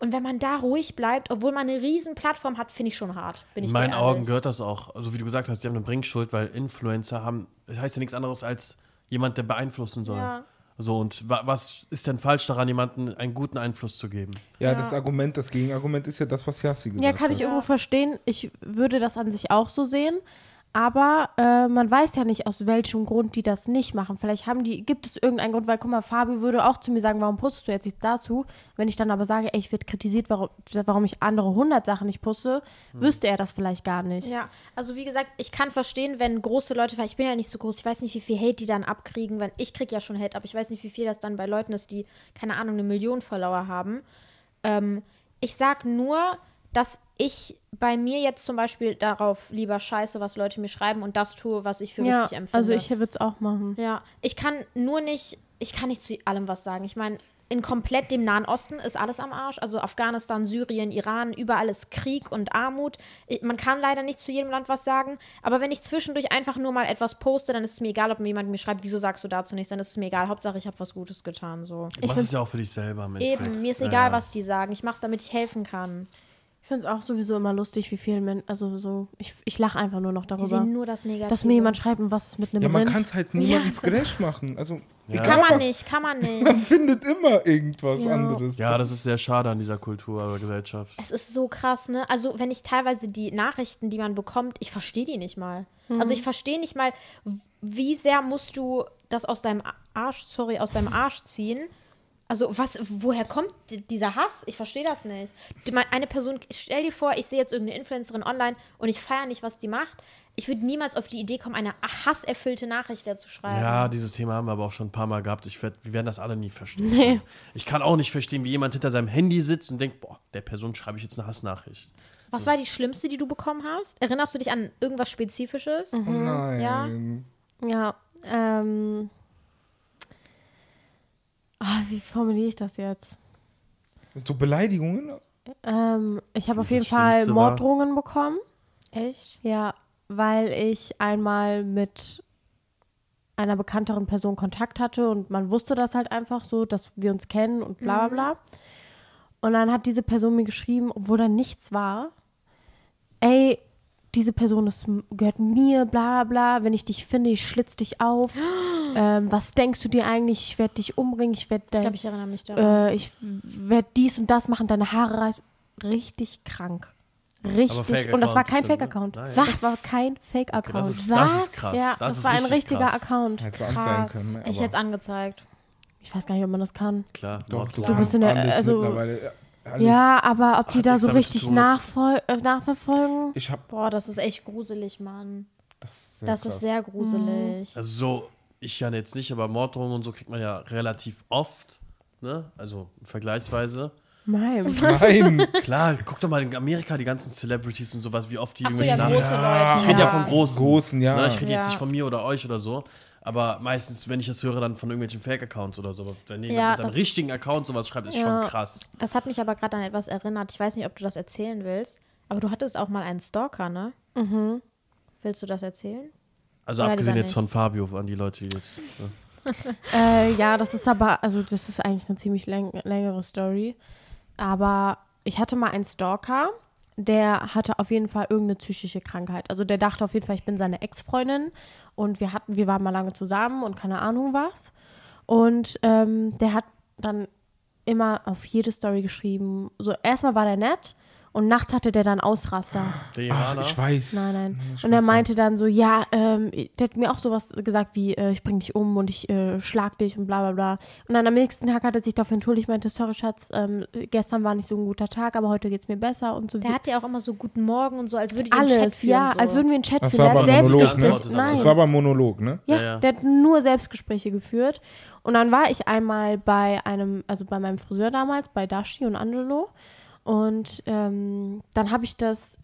D: Und wenn man da ruhig bleibt, obwohl man eine riesen Plattform hat, finde ich schon hart. Bin ich
B: In
D: dir
B: meinen
D: ehrlich.
B: Augen gehört das auch. Also wie du gesagt hast, die haben eine Bringschuld, weil Influencer haben, das heißt ja nichts anderes als jemand, der beeinflussen soll.
D: Ja.
B: So, und wa was ist denn falsch daran, jemandem einen guten Einfluss zu geben?
C: Ja,
D: Ja.
C: das Argument, das Gegenargument ist ja das, was Yassi gesagt
A: Ja, kann
C: hat.
A: ich irgendwo verstehen. Ich würde das an sich auch so sehen. Aber äh, man weiß ja nicht, aus welchem Grund die das nicht machen. Vielleicht haben die, gibt es irgendeinen Grund, weil guck mal, Fabi würde auch zu mir sagen, warum postest du jetzt nicht dazu? Wenn ich dann aber sage, ey, ich werde kritisiert, warum, warum ich andere 100 Sachen nicht poste,
C: Hm.
A: wüsste er das vielleicht gar nicht.
D: Ja, also wie gesagt, ich kann verstehen, wenn große Leute, weil ich bin ja nicht so groß, ich weiß nicht, wie viel Hate die dann abkriegen, wenn ich krieg ja schon Hate, aber ich weiß nicht, wie viel das dann bei Leuten ist, die, keine Ahnung, eine Million Follower haben. Ähm, ich sag nur, dass ich bei mir jetzt zum Beispiel darauf lieber scheiße, was Leute mir schreiben und das tue, was ich für
A: Ja,
D: richtig empfinde.
A: also ich würde es auch machen.
D: Ja, ich kann nur nicht, ich kann nicht zu allem was sagen. Ich meine, in komplett dem Nahen Osten ist alles am Arsch. Also Afghanistan, Syrien, Iran, überall ist Krieg und Armut. Ich- Man kann leider nicht zu jedem Land was sagen. Aber wenn ich zwischendurch einfach nur mal etwas poste, dann ist es mir egal, ob mir jemand mir schreibt, wieso sagst du dazu nichts, dann ist es mir egal. Hauptsache, ich habe was Gutes getan. So.
B: Du machst
A: find-
B: es ja auch für dich selber, Mensch.
D: Eben, mir ist
B: Ja,
D: egal,
B: ja.
D: was die sagen. Ich mach's, damit ich helfen kann.
A: Ich finde es auch sowieso immer lustig, wie viel Menschen, also so, ich, ich lache einfach nur noch
D: Die
A: darüber,
D: sehen nur das Negative.
A: dass mir jemand schreibt, und was ist mit einem
C: Ja, man
A: Rind?
C: kann es halt niemandem gerecht machen. Also,
B: Ja.
D: Kann man
C: was-
D: nicht, kann man nicht.
C: Man findet immer irgendwas
A: Ja.
C: anderes.
B: Ja, das ist sehr schade an dieser Kultur oder Gesellschaft.
D: Es ist so krass, ne? Also, wenn ich teilweise die Nachrichten, die man bekommt, ich verstehe die nicht mal. Also,
A: Mhm.
D: ich verstehe nicht mal, w- wie sehr musst du das aus deinem A- Arsch, sorry, aus deinem Arsch ziehen. Also, was, woher kommt di- dieser Hass? Ich verstehe das nicht. Die- mein- Eine Person, stell dir vor, ich sehe jetzt irgendeine Influencerin online und ich feiere nicht, was die macht. Ich würde niemals auf die Idee kommen, eine hasserfüllte Nachricht dazu schreiben.
B: Ja, dieses Thema haben wir aber auch schon ein paar Mal gehabt. Ich werd, wir werden das alle nie verstehen. Ich kann auch nicht verstehen, wie jemand hinter seinem Handy sitzt und denkt, boah, der Person schreibe ich jetzt eine Hassnachricht.
D: was war die schlimmste, die du bekommen hast? Erinnerst du dich an irgendwas Spezifisches?
A: Mhm.
C: Oh nein.
A: Ja, ähm. Ah, wie formuliere ich das jetzt?
C: So Also, Beleidigungen?
A: Ähm, ich habe auf
B: das
A: jeden Fall
B: Schlimmste war-
A: Morddrohungen bekommen.
D: Echt?
A: Ja, weil ich einmal mit einer bekannteren Person Kontakt hatte und man wusste das halt einfach so, dass wir
D: Mhm.
A: uns kennen und bla bla bla. Und dann hat diese Person mir geschrieben, obwohl da nichts war, ey, diese Person ist, gehört mir, bla bla, wenn ich dich finde, ich schlitz dich auf. Ähm, was denkst du dir eigentlich? Ich werde dich umbringen, ich werde
D: Ich
A: dein,
D: glaube, ich erinnere mich daran.
A: äh, ich werde dies und das machen, deine Haare reißen. Richtig krank. Richtig. Und das war kein Fake-Account.
B: Fake-Account, stimmt, ne? Nein.
A: Das war kein Fake-Account.
B: Das ist, das ist krass.
A: Ja,
B: das
A: das,
B: ist
A: war ein
B: richtig
A: richtiger
B: krass.
A: Account.
C: Hätte anzeigen können. ne?
D: ich
C: Aber
D: hätte es angezeigt.
A: Ich weiß gar nicht, ob man das kann.
B: Klar,
C: doch, du,
B: Mordplan.
C: kannst
A: bist in der-
C: alles
A: also-
C: mittlerweile. Ja, alles.
A: Ja, aber ob die
B: Hat
A: da
B: nichts
A: so
B: damit zu
A: richtig
B: tun.
A: nachvoll äh, nachverfolgen?
C: Ich habe
D: Boah, das ist echt gruselig, Mann.
C: das.
D: Das ist
A: Mhm.
D: sehr gruselig.
B: Also so, ich kann jetzt nicht, aber Morddrohungen und so kriegt man ja relativ oft. Ne? Also vergleichsweise.
A: Nein.
C: Nein.
B: Klar, guck doch mal in Amerika die ganzen Celebrities und sowas, wie oft die
D: Achso,
B: irgendwelche
D: ja, große
B: Nachrichten.
D: Leute.
B: Ah. Ich rede ja, von großen.
C: Großen, ja.
B: Ne? Ich rede
D: Ja.
B: jetzt nicht von mir oder euch oder so. Aber meistens, wenn ich das höre, dann von irgendwelchen Fake-Accounts oder so. Aber wenn jemand
D: Ja,
B: mit seinem
D: das-
B: richtigen Account sowas schreibt, ist
A: Ja.
B: schon krass.
D: Das hat mich aber gerade an etwas erinnert. Ich weiß nicht, ob du das erzählen willst, aber du hattest auch mal einen Stalker, ne? Mhm. Willst du das erzählen?
B: Also
D: Oder
B: abgesehen
D: lieber
B: jetzt
D: nicht.
B: von Fabio an die Leute, die jetzt. Ne?
A: äh, ja, das ist aber, also das ist eigentlich eine ziemlich läng längere Story. Aber ich hatte mal einen Stalker, der hatte auf jeden Fall irgendeine psychische Krankheit. Also der dachte auf jeden Fall, ich bin seine Ex-Freundin und wir hatten, wir waren mal lange zusammen und keine Ahnung was. Und ähm, der hat dann immer auf jede Story geschrieben. So erstmal war der nett und nachts hatte der dann Ausraster.
B: Der Iraner.
C: Ach, ich weiß.
A: Nein, nein.
C: Ich
A: Und er
C: weiß ja.
A: meinte dann so, ja, ähm, der hat mir auch sowas gesagt wie, äh, ich bring dich um und ich äh, schlag dich und bla bla bla. Und dann am nächsten Tag hat er sich dafür entschuldigt, meinte, sorry Schatz, ähm, gestern war nicht so ein guter Tag, aber heute geht's mir besser und so.
D: Der hat ja auch immer so guten Morgen und so, als würde ich einen Chat
A: alles,
D: führen.
A: ja,
D: so.
A: als würden wir einen Chat
C: Das
A: führen.
C: war
A: Der
C: aber
A: hat selbst
C: Monolog, ne?
A: Gespräche- Nein.
C: Das war aber ein Monolog, ne?
A: Ja,
B: Ja, ja.
A: der hat nur Selbstgespräche geführt. Und dann war ich einmal bei einem, also bei meinem Friseur damals, bei Dashi und Angelo. Und ähm, dann habe ich das,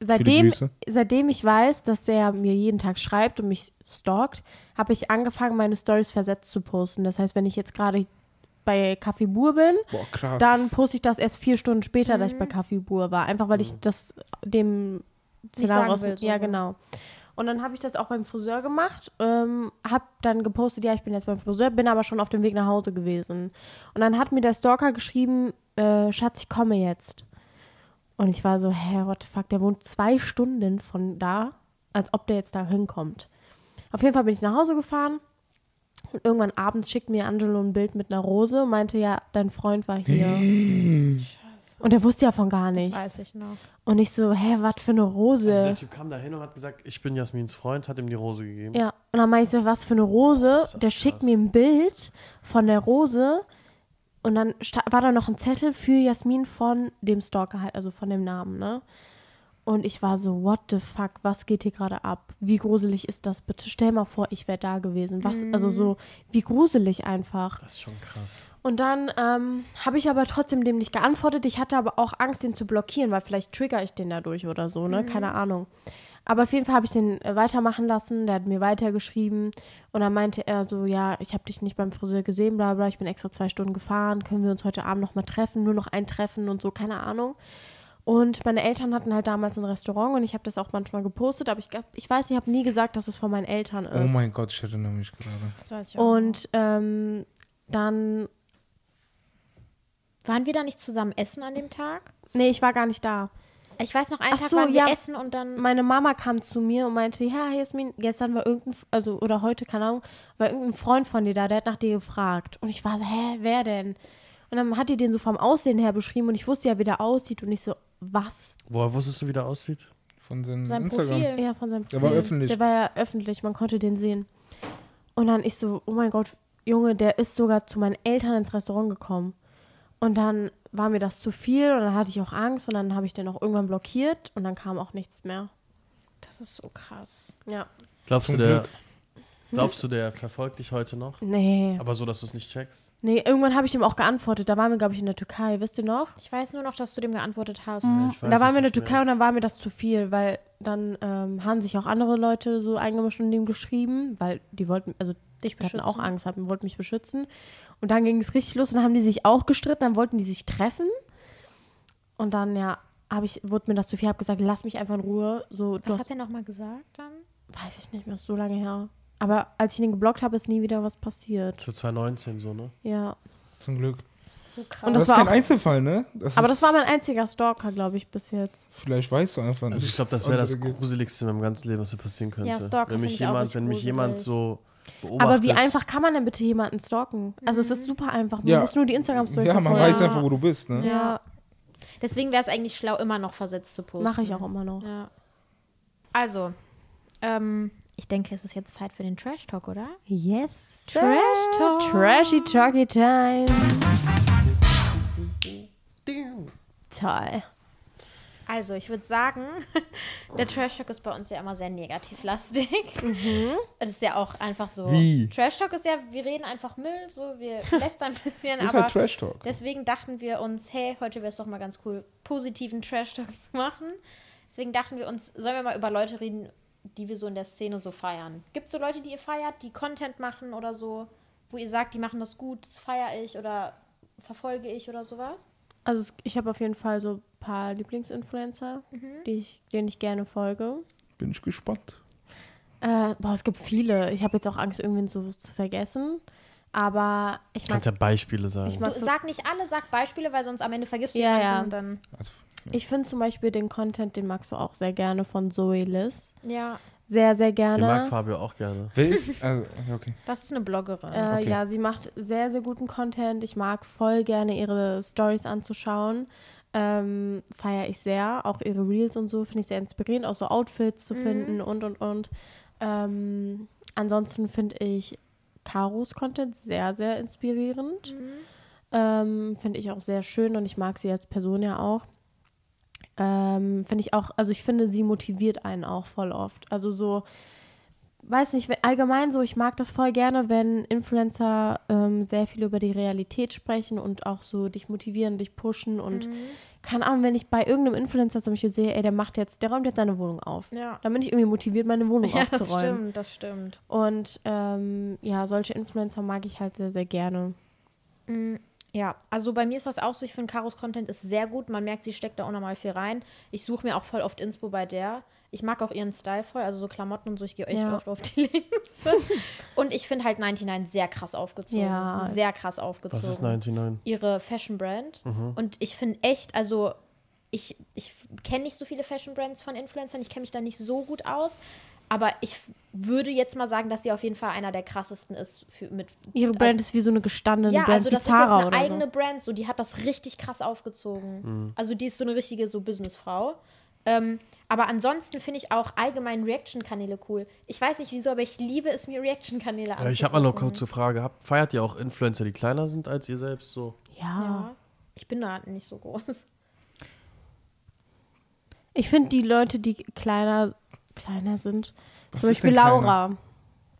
A: seitdem,
C: Grüße.
A: seitdem ich weiß, dass der mir jeden Tag schreibt und mich stalkt, habe ich angefangen, meine Stories versetzt zu posten. Das heißt, wenn ich jetzt gerade bei Kaffee Bur bin,
C: Boah, krass.
A: dann poste ich das erst vier Stunden später, dass ich
D: Mhm.
A: bei Kaffee Bur war. Einfach weil ich das dem
D: Nicht
A: Szenario
D: sagen
A: aus.
D: will, so,
A: ja,
D: ne?
A: genau. Und dann habe ich das auch beim Friseur gemacht, ähm, habe dann gepostet, ja, ich bin jetzt beim Friseur, bin aber schon auf dem Weg nach Hause gewesen. Und dann hat mir der Stalker geschrieben, äh, Schatz, ich komme jetzt. Und ich war so, hä, what the fuck, der wohnt zwei Stunden von da, als ob der jetzt da hinkommt. Auf jeden Fall bin ich nach Hause gefahren und irgendwann abends schickt mir Angelo ein Bild mit einer Rose und meinte, ja, dein Freund war hier. und er wusste ja von gar
D: das
A: nichts.
D: weiß ich noch.
A: Und ich so, hä, was für eine Rose?
B: Also der Typ kam da hin und hat gesagt, ich bin Jasmins Freund, hat ihm die Rose gegeben.
A: Ja, und dann meinte ich so, was für eine Rose?
B: ist Hm. das
A: Der schickt
B: krass.
A: mir ein Bild von der Rose und dann sta- war da noch ein Zettel für Jasmin von dem Stalker halt, also von dem Namen, ne? Und ich war so, what the fuck, was geht hier gerade ab? Wie gruselig ist das? Bitte stell mal vor, ich wäre da gewesen. Was, also
B: Hm.
A: so, wie gruselig einfach.
B: Das ist schon krass.
A: Und dann ähm, habe ich aber trotzdem dem nicht geantwortet. Ich hatte aber auch Angst, den zu blockieren, weil vielleicht trigger ich den dadurch oder so, ne? Keine Ahnung. Aber auf jeden Fall habe ich den äh, weitermachen lassen. Der hat mir weitergeschrieben und dann meinte er so, ja, ich habe dich nicht beim Friseur gesehen, bla bla, ich bin extra zwei Stunden gefahren, können wir uns heute Abend nochmal treffen, nur noch ein Treffen und so, keine Ahnung. Und meine Eltern hatten halt damals ein Restaurant und ich habe das auch manchmal gepostet, aber ich, glaub- ich weiß, ich habe nie gesagt, dass es von meinen Eltern ist.
C: Oh mein Gott, ich erinnere mich gerade.
D: Das weiß ich auch.
A: und ähm, dann,
D: waren wir da nicht zusammen essen an dem Tag?
A: nee, ich war gar nicht da.
D: Ich weiß noch, einen
A: Ach
D: Tag
A: so,
D: waren
A: ja.
D: wir essen und dann.
A: meine Mama kam zu mir und meinte, ja, Jasmin, gestern war irgendein, also oder heute, keine Ahnung, war irgendein Freund von dir da, der hat nach dir gefragt. Und ich war so, hä, wer denn? Und dann hat die den so vom Aussehen her beschrieben und ich wusste ja, wie der aussieht und ich so, was?
B: Woher wusstest du, wie der aussieht?
C: Von seinem
D: Sein
C: Instagram.
D: Profil.
A: Ja, von seinem
C: Der war
A: Profil.
C: öffentlich.
A: Der war ja öffentlich, man konnte den sehen. Und dann ich so, oh mein Gott, Junge, der ist sogar zu meinen Eltern ins Restaurant gekommen. Und dann war mir das zu viel und dann hatte ich auch Angst und dann habe ich den auch irgendwann blockiert und dann kam auch nichts mehr.
D: Das ist so krass.
A: Ja.
B: Glaubst du,
C: Zum
B: der, glaubst du, der verfolgt dich heute noch?
A: Nee.
B: Aber so, dass du es nicht checkst?
A: Nee, irgendwann habe ich ihm auch geantwortet. Da waren wir, glaube ich, in der Türkei. Wisst ihr noch?
D: Ich weiß nur noch, dass du dem geantwortet hast.
B: Ich weiß
A: da waren
B: es
A: wir in der
B: nicht
A: Türkei
B: mehr.
A: und dann war mir das zu viel, weil dann ähm, haben sich auch andere Leute so eingemischt und ihm geschrieben, weil die wollten, also
D: Dich
A: die hatten
D: beschützen.
A: auch Angst, hatten, wollten mich beschützen. Und dann ging es richtig los und dann haben die sich auch gestritten, dann wollten die sich treffen. Und dann, ja, habe ich, wurde mir das zu viel, habe gesagt, lass mich einfach in Ruhe. So, du
D: Was
A: hast,
D: hat der nochmal gesagt dann?
A: weiß ich nicht mehr, ist so lange her. Aber als ich den geblockt habe, ist nie wieder was passiert.
B: Zu 2019 so, ne?
A: Ja.
C: Zum Glück.
D: Das So krass.
A: Und
C: Das,
A: das
C: ist
A: war
C: kein
A: auch-
C: Einzelfall, ne? Das
A: Aber das
C: ist-
A: war mein einziger Stalker, glaube ich, bis jetzt.
C: Vielleicht weißt du einfach nicht.
B: Also ich glaube, das
C: was
B: wäre das
C: andere gibt.
B: Gruseligste in meinem ganzen Leben, was mir passieren könnte.
D: Ja, Stalker
B: wenn mich
D: finde ich auch
B: jemand,
D: richtig
B: wenn mich jemand
D: gruselig.
B: so beobachtet.
A: Aber wie einfach kann man denn bitte jemanden stalken? Also es ist super einfach. Man
C: Ja.
A: muss nur die Instagram-Story
C: Ja, man
A: verfolgen.
C: weiß einfach, wo du bist, ne?
A: Ja,
D: Deswegen wäre es eigentlich schlau, immer noch versetzt zu posten.
A: mache ich auch immer noch.
D: Ja. Also, ähm, ich denke, es ist jetzt Zeit für den Trash Talk, oder?
A: Yes. sir.
D: Trash Talk.
A: Trashy Talkie Time. Toll.
D: Also, ich würde sagen, der Trash Talk ist bei uns ja immer sehr negativlastig. Das ist ja auch einfach so.
C: Wie?
D: Trash Talk ist ja, wir reden einfach Müll, so wir lästern ein bisschen,
C: Ist
D: aber
C: halt Trash Talk.
D: deswegen dachten wir uns, hey, heute wäre es doch mal ganz cool, positiven Trash Talk zu machen. Deswegen dachten wir uns, sollen wir mal über Leute reden, die wir so in der Szene so feiern. Gibt es so Leute, die ihr feiert, die Content machen oder so, wo ihr sagt, die machen das gut, das feiere ich oder verfolge ich oder sowas?
A: Also es- ich habe auf jeden Fall so ein paar Lieblingsinfluencer, die ich, denen ich gerne folge.
C: Bin ich gespannt.
A: Äh, boah, es gibt viele. Ich habe jetzt auch Angst, irgendwen so zu vergessen. Aber ich mag
B: Kannst ja Beispiele sagen.
A: Ich mag-
D: Du,
A: so-
D: sag nicht alle, sag Beispiele, weil sonst am Ende vergibst du
A: Ja,
D: jemanden
A: ja.
D: und dann.
C: Also,
A: Ich finde zum Beispiel den Content, den magst du auch sehr gerne von Zoe Liz.
D: Ja,
A: Sehr, sehr gerne.
B: Den mag Fabio auch gerne.
C: wer ist? Also, ja, okay.
D: das ist eine Bloggerin. um
A: Äh,
C: Okay.
A: Ja, sie macht sehr, sehr guten Content. Ich mag voll gerne ihre Stories anzuschauen. Ähm, Feiere ich sehr. Auch ihre Reels und so finde ich sehr inspirierend, auch so Outfits zu finden und und und. Ähm, ansonsten finde ich Karos Content sehr, sehr inspirierend. Ähm, finde ich auch sehr schön und ich mag sie als Person ja auch. Ähm, finde ich auch, also ich finde, sie motiviert einen auch voll oft. Also so, weiß nicht, we- allgemein so, ich mag das voll gerne, wenn Influencer ähm, sehr viel über die Realität sprechen und auch so dich motivieren, dich pushen und
D: Mhm.
A: keine Ahnung, wenn ich bei irgendeinem Influencer zum Beispiel sehe, ey, der macht jetzt, der räumt jetzt seine Wohnung auf.
D: Ja.
A: Dann bin ich irgendwie motiviert, meine Wohnung
D: ja, das
A: aufzuräumen.
D: stimmt, das stimmt.
A: Und ähm, ja, solche Influencer mag ich halt sehr, sehr gerne.
D: Ja, also bei mir ist das auch so. Ich finde, Karos Content ist sehr gut. Man merkt, sie steckt da unnormal viel rein. Ich suche mir auch voll oft Inspo bei der. Ich mag auch ihren Style voll, also so Klamotten und so. Ich gehe euch
A: Ja.
D: oft auf die Links. und ich finde halt 99 sehr krass aufgezogen.
A: Ja.
D: Sehr krass aufgezogen.
B: Was ist Mhm. 99?
D: ihre Fashion Brand. Und ich finde echt, also ich, ich kenne nicht so viele Fashion Brands von Influencern, ich kenne mich da nicht so gut aus. Aber ich f- würde jetzt mal sagen, dass sie auf jeden Fall einer der krassesten ist für, mit.
A: Ihre Brand ist wie so eine gestandene
D: Also ja,
A: Brand
D: also
A: wie
D: das
A: Zara
D: ist jetzt
A: oder
D: eine eigene
A: so.
D: Brand, so die hat das richtig krass aufgezogen.
B: Mhm.
D: Also die ist so eine richtige so Businessfrau. Ähm, aber ansonsten finde ich auch allgemein Reaction-Kanäle cool. Ich weiß nicht wieso, aber ich liebe es mir Reaction-Kanäle
B: Ja, Äh, ich habe mal eine kurze Frage. Habt- Feiert ihr auch Influencer, die kleiner sind als ihr selbst? So.
A: Ja.
D: Ja, ich bin da nicht so groß.
A: Ich finde die Leute, die kleiner, kleiner sind,
C: Was
A: zum
C: ist
A: Beispiel
C: denn kleiner?
A: Laura,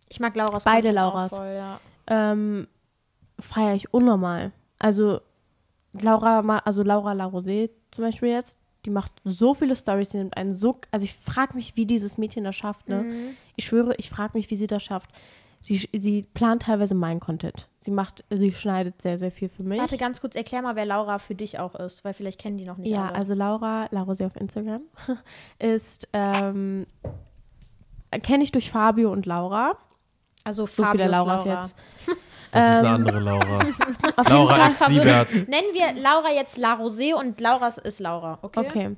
D: Ich mag Lauras.
A: Beide
D: Content auch
A: Lauras.
D: Voll, ja.
A: ähm, feiere ich unnormal. Also Laura, ma- also Laura Larosé zum Beispiel jetzt, die macht so viele Stories, die nimmt einen Suck. Also ich frage mich, wie dieses Mädchen das schafft. Ne?
D: Mhm.
A: Ich schwöre, ich frage mich, wie sie das schafft. Sie, sie plant teilweise meinen Content. Sie macht, sie schneidet sehr, sehr viel für mich.
D: Warte, ganz kurz, erklär mal, wer Laura für dich auch ist, weil vielleicht kennen die noch nicht
A: Ja,
D: alle.
A: also Laura, Larose auf Instagram, ist, ähm, kenne ich durch Fabio und Laura.
D: also
A: So viele
D: Fabius
A: Lauras jetzt.
B: Das ist eine andere Laura.
A: Auf
B: Laura
A: jeden
B: Ex Siebert.
D: Nennen wir Laura jetzt La Rosé und Lauras ist Laura, okay?
A: Fall, okay.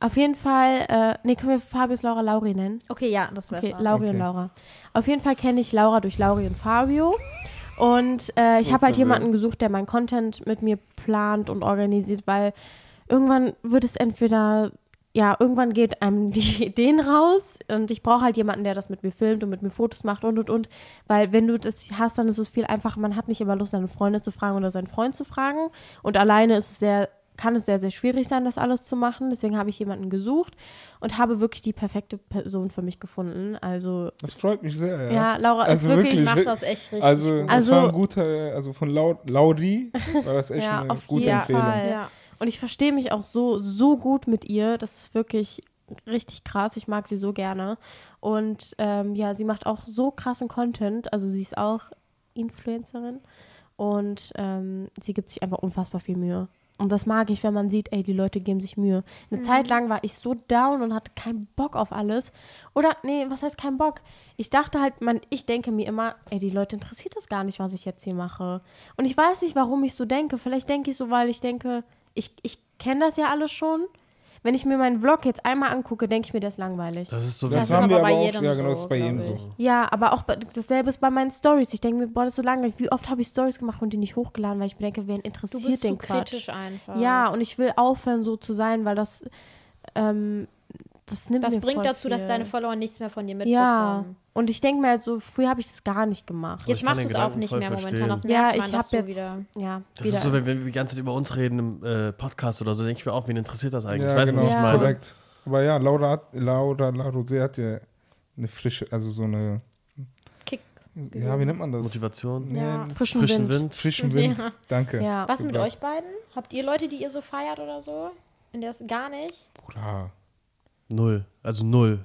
A: Auf jeden Fall, äh, nee, können wir Fabius Laura Lauri nennen?
D: Okay, ja, das wäre
A: Okay,
D: okay,
A: Lauri und
C: Okay.
A: Laura. Auf jeden Fall kenne ich Laura durch Lauri und Fabio. Und äh, ich
C: So
A: habe halt
C: verwirrend.
A: jemanden gesucht, der meinen Content mit mir plant und organisiert, weil irgendwann wird es entweder, ja, irgendwann geht einem die Ideen raus und ich brauche halt jemanden, der das mit mir filmt und mit mir Fotos macht und und und. Weil wenn du das hast, dann ist es viel einfacher. Man hat nicht immer Lust, seine Freunde zu fragen oder seinen Freund zu fragen. Und alleine ist es sehr, kann es sehr, sehr schwierig sein, das alles zu machen. Deswegen habe ich jemanden gesucht und habe wirklich die perfekte Person für mich gefunden. Also
C: Das freut mich sehr, ja.
A: Ja, Laura ist
C: also
A: wirklich-
D: macht das echt richtig
C: Also,
D: gut.
A: Also-
C: das war ein guter, also von Lau Lauri war das echt
A: Ja,
C: eine
A: auf
C: gute
A: jeden
C: Empfehlung.
A: Fall.
D: Ja.
A: Und ich verstehe mich auch so, so gut mit ihr. Das ist wirklich richtig krass. Ich mag sie so gerne. Und ähm, ja, sie macht auch so krassen Content. Also sie ist auch Influencerin. Und ähm, sie gibt sich einfach unfassbar viel Mühe. Und das mag ich, wenn man sieht, ey, die Leute geben sich Mühe. Eine Zeit lang war ich so down und hatte keinen Bock auf alles. Oder, nee, was heißt keinen Bock? Ich dachte halt, man, ich denke mir immer, ey, die Leute interessiert das gar nicht, was ich jetzt hier mache. Und ich weiß nicht, warum ich so denke. Vielleicht denke ich so, weil ich denke, ich, ich kenne das ja alles schon. Wenn ich mir meinen Vlog jetzt einmal angucke, denke ich mir, der ist langweilig.
B: Das ist so
C: Das,
D: ist
C: haben
D: aber
C: wir
D: bei
C: aber auch.
D: jedem
C: Ja, genau, das
D: so,
C: ist bei jedem
D: glaub
C: so.
A: Ja, aber auch bei- dasselbe ist bei meinen Stories. Ich denke mir, boah, das ist so langweilig. Wie oft habe ich Stories gemacht und die nicht hochgeladen, weil ich mir denke, wen
D: Du
A: interessiert
D: bist
A: den
D: zu
A: Quatsch?
D: kritisch einfach.
A: Ja, und ich will aufhören, so zu sein, weil das, ähm, das nimmt
D: Das
A: mir voll
D: bringt dazu, dass
A: viel.
D: deine Follower nichts mehr von dir mitbekommen.
A: Ja, und ich denke mir halt so, früher habe ich das gar nicht gemacht.
D: Jetzt
B: ich kann
D: machst du
B: den
D: es auch
B: Gedanken
D: nicht
B: voll
D: mehr
B: verstehen.
D: momentan. Das
A: Ja,
D: merkt man,
A: ich
D: dass
A: habe
D: du
A: jetzt,
D: wieder.
A: ja,
B: Das
A: wieder.
B: ist so, wenn wir die ganze Zeit über uns reden im äh, Podcast oder so, denke ich mir auch, wen interessiert das eigentlich?
C: Ja,
B: ich weiß,
C: genau,
B: was ich
A: Ja.
B: meine.
C: korrekt. Aber ja, Laura, hat- Laura, La Rosé hat ja eine frische, also so eine,
D: Kick.
C: ja, wie nennt man das?
B: Motivation,
A: ja,
C: Nee,
A: frischen,
B: frischen
A: Wind.
B: Wind.
C: Frischen Wind.
D: Ja.
C: Danke.
A: Ja.
D: Was mit
C: Gebracht.
D: euch beiden? Habt ihr Leute, die ihr so feiert oder so? In der ist gar nicht.
C: Bruder.
B: Null. Also null.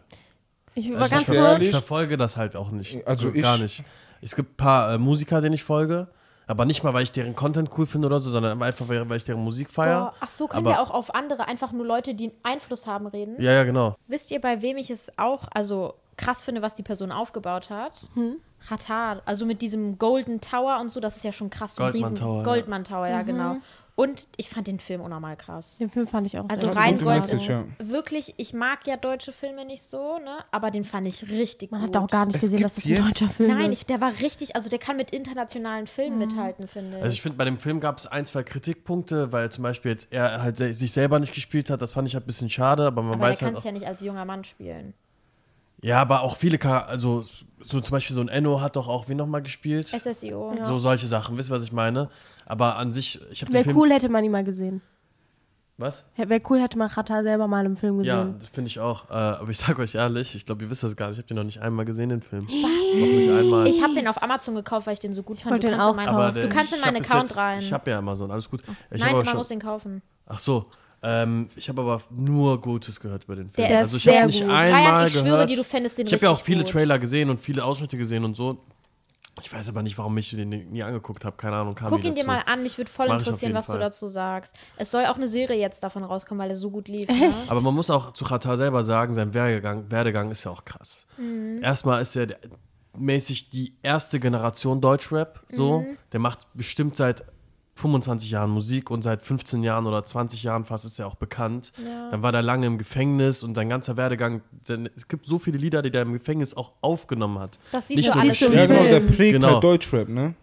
A: Ich war
B: Also
A: ganz
B: ich, ver-
A: kurz.
C: ehrlich-
B: ich verfolge das halt auch nicht.
C: Also
B: gar
C: ich-
B: nicht. Es gibt ein paar äh, Musiker, denen ich folge, aber nicht mal, weil ich deren Content cool finde oder so, sondern einfach, weil weil ich deren Musik feiere.
D: Boah, ach so, können
B: aber-
D: wir auch auf andere, einfach nur Leute, die einen Einfluss haben, reden?
B: Ja, ja, genau.
D: Wisst ihr, bei wem ich es auch, also krass finde, was die Person aufgebaut hat?
A: Hm?
D: Hatar, also mit diesem Golden Tower und so, das ist ja schon krass. So ein
B: Goldman
D: riesen-
B: Tower, ja.
D: Goldman Tower,
A: Mhm.
D: ja, genau. Und ich fand den Film unnormal krass.
A: Den Film fand ich auch
D: Also
A: sehr
C: gute
D: rein
A: gut.
D: Gold
C: Message,
D: ist
C: ja.
D: wirklich, ich mag ja deutsche Filme nicht so, ne? Aber den fand ich richtig
A: Man
D: gut.
A: hat auch gar nicht
C: Es
A: gesehen, dass das
C: gibt
A: ein
C: jetzt-
A: deutscher Film
D: Nein,
A: ist.
D: ich, der war richtig, also der kann mit internationalen Filmen mithalten, finde ich.
B: Also ich finde, bei dem Film gab es ein, zwei Kritikpunkte, weil zum Beispiel jetzt er halt se sich selber nicht gespielt hat. Das fand ich halt ein bisschen schade, aber man
D: aber der
B: weiß
D: kann
B: halt
D: es
B: auch,
D: ja nicht als junger Mann spielen.
B: Ja, aber auch viele, Char- also so zum Beispiel so ein Enno hat doch auch wie nochmal gespielt.
D: SSIO.
B: So solche Sachen, wisst ihr, was ich meine? Aber an sich, ich habe den
A: Wäre
B: Film...
A: cool, hätte man ihn mal gesehen.
B: Was?
A: Wäre cool, hätte man Rata selber mal im Film
B: Ja,
D: Mhm.
A: gesehen.
B: finde ich auch. Äh, aber ich sage euch ehrlich, ich glaube, ihr wisst das gar nicht. Ich habe den noch nicht einmal gesehen, den Film. Noch nicht einmal.
D: Ich habe den auf Amazon gekauft, weil ich den so gut fand.
A: wollte den
D: kannst in
A: auch
D: meinen-
B: aber
D: du kannst in
B: ich hab
D: meinen
B: bis
D: Account
B: jetzt,
D: rein.
B: Ich habe ja Amazon, alles gut. Ich hab
D: Nein,
B: aber
D: man
B: schon,
D: muss den kaufen.
B: Ach so. Ähm, ich habe aber nur Gutes gehört über den Film.
D: Der ist
B: also ich
A: sehr
B: habe nicht
A: gut.
B: einmal
D: Ryan, ich
B: gehört.
D: schwöre dir, du fändest den
B: ich habe ja auch
D: richtig
B: viele
D: gut.
B: Trailer gesehen und viele Ausschnitte gesehen und so. Ich weiß aber nicht, warum ich den nie angeguckt habe. Keine Ahnung. Kam
D: Guck
B: nie
D: ihn dir
B: dazu.
D: mal an, mich würde voll
B: Mach ich auf
D: interessieren,
B: jeden
D: was
B: Fall.
D: du dazu sagst. Es soll auch eine Serie jetzt davon rauskommen, weil er so gut lief. Ne?
B: Aber man muss auch zu Katar selber sagen, sein Werdegang, Werdegang ist ja auch krass. Erstmal ist er der- mäßig die erste Generation Deutschrap, so. Der macht bestimmt seit 25 Jahren Musik und seit 15 Jahren oder 20 Jahren fast ist er auch bekannt. Dann war der lange im Gefängnis und sein ganzer Werdegang, denn es gibt so viele Lieder, die der im Gefängnis auch aufgenommen hat.
D: Das siehst
B: Nicht
D: du
B: nur
D: alles
B: geschrieben.
C: Ja, genau, der
A: Film.
C: prägt
B: Genau.
C: halt Deutschrap, ne?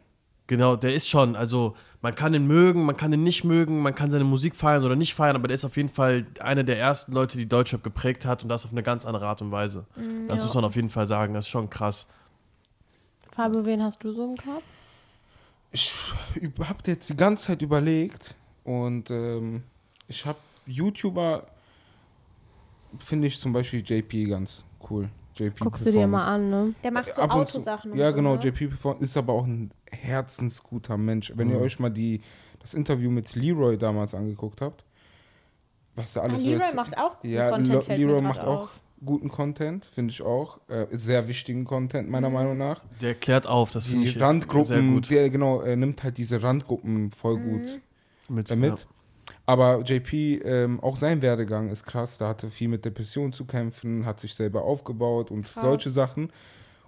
B: Genau, der ist schon, also man kann ihn mögen, man kann ihn nicht mögen, man kann seine Musik feiern oder nicht feiern, aber der ist auf jeden Fall einer der ersten Leute, die Deutschrap geprägt hat und das auf eine ganz andere Art und Weise. das muss man auf jeden Fall sagen, das ist schon krass.
A: Fabio, wen hast du so im Kopf?
C: Ich habe jetzt die ganze Zeit überlegt und ähm, ich habe YouTuber, finde ich zum Beispiel JP ganz cool. JP
A: Guckst du dir mal
C: Performance.
A: an, ne?
D: Der macht so
C: Ab und zu-
D: Autosachen. und
C: Ja,
D: so,
C: genau.
D: ne?
C: JP Performance ist aber auch ein herzensguter Mensch. Wenn ihr euch mal die, das Interview mit Leroy damals angeguckt habt, was er alles
D: Ah,
C: so
D: Leroy
C: jetzt-
D: macht auch guten
C: ja,
D: Content,
C: Lo-
D: fällt mir
C: Leroy
D: grad
C: macht auch
D: auf.
C: guten Content, finde ich auch. Äh, sehr wichtigen Content, meiner
D: Mhm.
C: Meinung nach.
B: Der klärt auf, das finde
C: Die
B: ich jetzt sehr
C: Randgruppen,
B: gut.
C: der, genau, er nimmt halt diese Randgruppen voll
D: Mhm.
C: gut
B: Mit,
C: damit.
B: Ja.
C: Aber JP, ähm, auch sein Werdegang ist krass. Der hatte viel mit Depressionen zu kämpfen, hat sich selber aufgebaut und solche Sachen.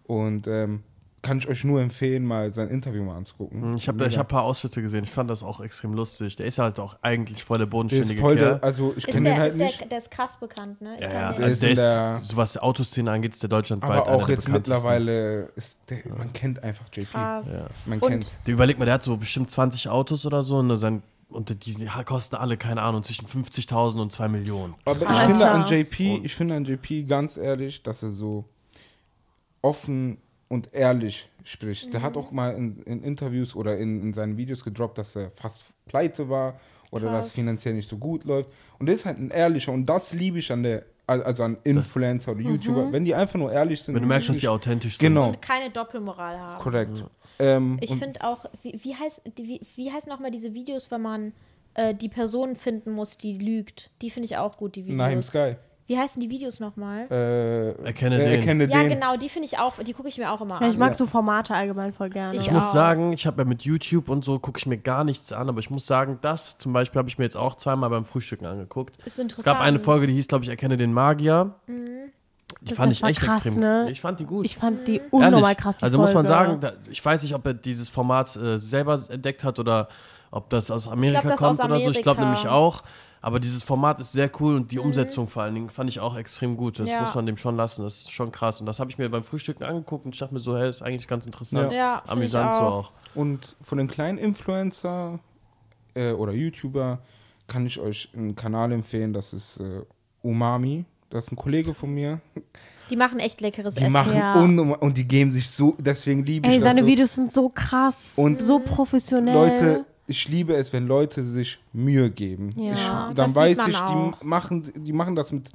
C: Und ähm, kann ich euch nur empfehlen, mal sein Interview mal anzugucken.
B: Mm, Mhm, Ich habe
C: Mega.
B: ich hab ein paar Ausschnitte gesehen, ich fand das auch extrem lustig. Der ist halt auch eigentlich voll der
C: der ist
B: bodenständige
C: voll
B: Kerl.
C: der, also ich
D: Ist
C: kenne den
D: der,
C: halt
D: ist der,
C: nicht.
D: der ist krass bekannt, ne? Ich
B: ja,
D: kann
B: ja.
D: den-
B: Also der
C: in
B: ist,
C: der-
B: so was Autoszene angeht, ist der deutschlandweit
C: aber
B: einer
C: auch
B: der
C: jetzt
B: bekanntesten.
C: mittlerweile ist der, man kennt einfach JP.
D: Krass. Ja.
C: Man
D: Und-
C: kennt.
B: Der überlegt mal, der hat so bestimmt 20 Autos oder so ne, sein, und die kosten alle, keine Ahnung, zwischen 50.000 und 2 Millionen.
C: Aber ich
A: Alter.
C: finde an
A: Krass.
C: JP, ich finde an JP ganz ehrlich, dass er so offen und ehrlich spricht. Der hat
D: Mhm.
C: auch mal in, in Interviews oder in, in seinen Videos gedroppt, dass er fast pleite war oder dass
D: Krass.
C: finanziell nicht so gut läuft. Und der ist halt ein ehrlicher und das liebe ich an der, al- also an Influencer oder YouTuber,
D: Mhm.
C: wenn die einfach nur ehrlich sind.
B: Wenn du
C: und
B: merkst, dass
C: sich
B: die authentisch
C: Genau.
B: sind.
D: Und keine Doppelmoral haben.
C: nicht- korrekt. Ähm,
D: Ich
C: und-
D: finde auch, wie, wie, heißt, die- wie, wie heißen nochmal diese Videos, wenn man äh, die Person finden muss, die lügt? Die finde ich auch gut, die Videos.
C: Naheem Sky.
D: Wie heißen die Videos nochmal?
C: Äh,
B: Erkenne
C: äh,
B: den.
C: erkenne
D: Ja,
C: den.
D: genau, die finde ich auch, die gucke ich mir auch immer
A: Ja, ich
D: an.
A: mag
C: Ja.
A: so Formate allgemein voll gerne.
D: Ah, Ich
B: Ich
D: Ja.
B: muss sagen, ich habe ja mit YouTube und so gucke ich mir gar nichts an, aber ich muss sagen, das zum Beispiel habe ich mir jetzt auch zweimal beim Frühstücken angeguckt.
D: Ist
B: Es gab eine
D: interessant.
B: Folge, die hieß, glaube ich, Erkenne den Magier. Die
A: Mhm. Das-
B: fand
A: das
B: ich
A: war
B: echt
A: krass,
B: extrem.
A: ne?
B: Ich fand die gut.
A: Ich fand die unnormal
B: Ehrlich.
A: krass. Die
B: also muss man
A: Folge.
B: sagen, da, ich weiß nicht, ob er dieses Format äh, selber entdeckt hat oder ob das aus Amerika
D: das
B: kommt
D: aus
B: oder so. Ich glaube
D: Amerika.
B: nämlich
D: Mhm.
B: auch. Aber dieses Format ist sehr cool und die Umsetzung vor allen Dingen fand ich auch extrem gut. Das
D: Ja.
B: muss man dem schon lassen. Das ist schon krass. Und das habe ich mir beim Frühstücken angeguckt und ich dachte mir so, hey, ist eigentlich ganz interessant.
D: Ja, find ich
B: Amüsant so
D: auch.
B: auch.
C: Und von den kleinen Influencer äh, oder YouTuber kann ich euch einen Kanal empfehlen, das ist äh, Umami. Das ist ein Kollege von mir.
D: Die machen echt leckeres
C: Die
D: Essen.
C: machen
A: ja.
C: un und die geben sich so, deswegen liebe ich
A: Ey,
C: das
A: seine
C: so.
A: Videos sind so krass
C: Und
A: und so professionell.
C: Leute, ich liebe es, wenn Leute sich Mühe geben.
A: Ja,
C: ich,
D: das
C: dann
D: sieht
C: weiß
D: man
C: ich,
D: auch.
C: die machen, die machen das mit,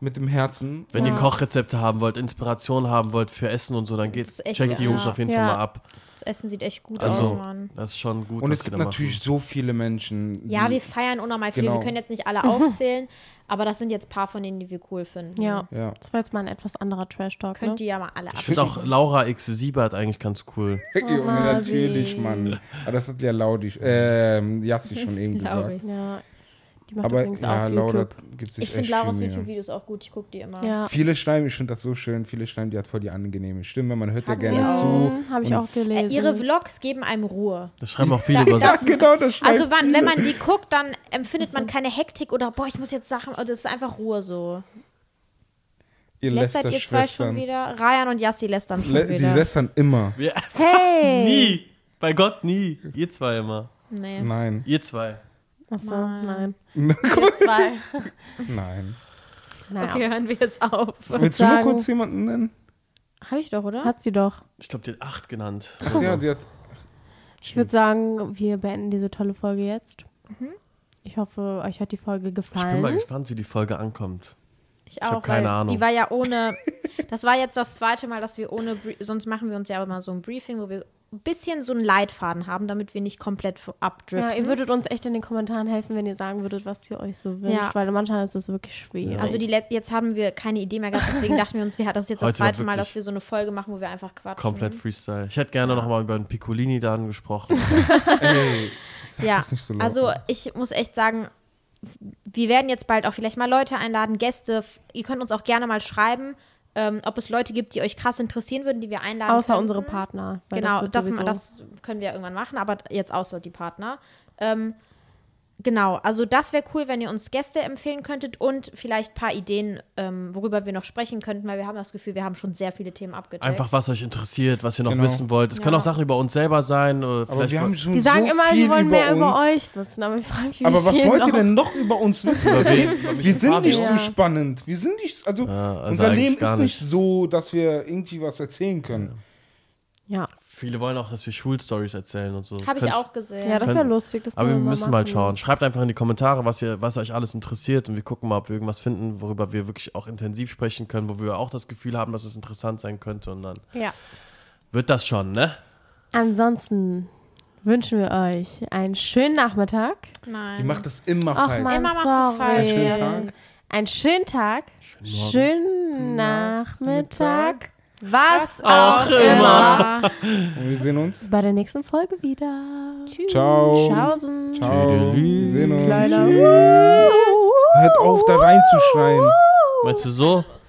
C: mit dem Herzen.
B: Wenn ihr
A: Ja.
B: Kochrezepte haben wollt, Inspiration haben wollt für Essen und so, dann geht,
D: Das ist echt
B: checkt die
D: geil.
B: Jungs auf jeden
A: Ja.
B: Fall mal ab.
D: Das Essen sieht echt gut aus,
B: Also,
D: Mann.
B: das ist schon gut.
C: Und
B: was die
C: es gibt
B: da machen.
C: natürlich so viele Menschen.
D: Ja,
C: die,
D: wir feiern unnormal viele.
C: Genau.
D: Wir können jetzt nicht alle aufzählen, aber das sind jetzt ein paar von denen, die wir cool finden.
A: ja.
C: Ja.
A: das war jetzt mal ein etwas anderer Trash-Talk.
D: Könnt
A: ne?
D: ihr ja mal alle ab.
B: Ich finde auch Laura X. Siebert eigentlich ganz cool.
C: Junge,
A: Masi.
C: natürlich, Mann. Aber das hat ja Laudi, ähm, Jassi schon eben gesagt.
A: Ja, die macht
C: Aber
A: übrigens
C: ja,
A: auch
C: Laura
A: YouTube.
C: gibt sich
D: Ich
C: echt
D: finde Laura's
C: viel Mühe.
D: YouTube-Videos auch gut. Ich gucke die immer.
A: Ja.
C: Viele schreiben, ich finde das so schön, viele schreiben, die hat voll die angenehme Stimme, man hört
D: Hat
C: ja
D: sie
C: gerne
D: auch.
C: zu.
A: Habe ich
C: Und-
A: auch gelesen.
D: Äh, ihre Vlogs geben einem Ruhe.
B: Das schreiben auch viele über
C: Ja,
B: sich.
C: genau, das schreiben
D: Also wann, wenn man die guckt, dann empfindet man keine Hektik oder boah, ich muss jetzt Sachen. Oder es ist einfach Ruhe so.
C: ihr
D: Lästert ihr zwei schon
C: Lästerschwestern.
D: wieder? Ryan und Yassi lästern schon
C: Lä- Die
D: wieder.
C: lästern immer.
B: Wir-
A: hey!
B: nie! Bei Gott nie! Ihr zwei immer.
D: nee.
C: Nein,
B: Ihr zwei.
A: Achso,
D: Mann.
A: nein. Wir zwei.
C: nein.
A: Naja.
D: Okay, hören wir jetzt auf.
C: Willst du nur
A: sagen-
C: kurz jemanden nennen?
D: Habe ich doch, oder?
A: Hat sie doch.
B: Ich glaube, die hat acht genannt. Also,
C: Ja, die hat,
A: Ich würde sagen, wir beenden diese tolle Folge jetzt. Ich hoffe, euch hat die Folge
B: Ich bin mal
A: gefallen.
B: gespannt, wie die Folge ankommt.
D: Ich
B: hab
D: auch,
B: keine
D: weil
B: Ahnung.
D: die war ja ohne. Das war jetzt das zweite Mal, dass wir ohne. Brie- Sonst machen wir uns ja immer so ein Briefing, wo wir ein bisschen so einen Leitfaden haben, damit wir nicht komplett f-
A: Ja, ihr
D: abdriften.
A: würdet uns echt in den Kommentaren helfen, wenn ihr sagen würdet, was ihr euch so wünscht,
D: Ja.
A: weil manchmal ist es wirklich schwierig.
D: also die let- jetzt haben wir keine Idee mehr gehabt, deswegen dachten wir uns, wir das ist jetzt das
B: Heute war
D: zweite Mal,
B: wirklich
D: dass wir so eine Folge machen, wo wir einfach quatschen.
B: Komplett Freestyle. Ich hätte gerne noch mal über den Piccolini dann gesprochen.
C: ey, sag
D: Ja,
C: das nicht so laut.
D: also ich muss echt sagen, wir werden jetzt bald auch vielleicht mal Leute einladen, Gäste. F- Ihr könnt uns auch gerne mal schreiben, ähm, ob es Leute gibt, die euch krass interessieren würden, die wir einladen
A: Außer
D: könnten.
A: unsere Partner. weil
D: Genau,
A: wird
D: das,
A: sowieso-
D: das können wir irgendwann machen, aber jetzt außer die Partner. Ähm, genau, also das wäre cool, wenn ihr uns Gäste empfehlen könntet und vielleicht ein paar Ideen, ähm, worüber wir noch sprechen könnten, weil wir haben das Gefühl, wir haben schon sehr viele Themen abgedeckt.
B: Einfach, was euch interessiert, was ihr noch
C: Genau.
B: wissen wollt. Es können
D: Ja.
B: auch Sachen über uns selber sein. Oder
C: aber
B: vielleicht
C: wir haben schon
A: Die sagen
C: so
A: immer,
C: viel
A: sie wollen
C: über
A: mehr
C: uns.
A: über euch wissen, aber ich frage mich, wie
C: Aber was
A: viel
C: wollt ihr
A: noch?
C: denn noch über uns wissen? wir sind nicht
A: Ja.
C: so spannend. Wir sind nicht, also,
B: Ja, also
C: unser
B: eigentlich
C: Leben
B: gar
C: ist nicht so, dass wir irgendwie was erzählen können.
A: Ja,
B: Viele wollen auch, dass wir Schulstories erzählen und so. Das
D: Habe ich
B: könnt-
D: auch gesehen.
A: ja das wäre
B: Können-
A: lustig. Das
B: Aber wir
A: können
B: müssen mal
A: machen.
B: schauen. Schreibt einfach in die Kommentare, was, ihr, was euch alles interessiert und wir gucken mal, ob wir irgendwas finden, worüber wir wirklich auch intensiv sprechen können, wo wir auch das Gefühl haben, dass es interessant sein könnte und dann
A: Ja.
B: wird das schon, ne?
A: Ansonsten wünschen wir euch einen schönen Nachmittag.
D: Nein.
C: Die macht das immer
A: Ach
C: falsch.
A: man,
D: Immer machst du's
A: sorry.
D: falsch.
C: Einen schönen
A: Einen schönen
C: Tag.
A: Tag.
B: Morgen.
A: Schönen Nachmittag. Was
B: auch
A: auch
D: immer.
A: immer.
C: Und wir sehen uns.
A: Bei der nächsten Folge wieder. Tschüss.
C: Ciao.
A: Tschaußen.
C: Ciao. Wir sehen uns.
A: Kleiner.
C: Hört auf, da reinzuschreien.
B: Meinst du so?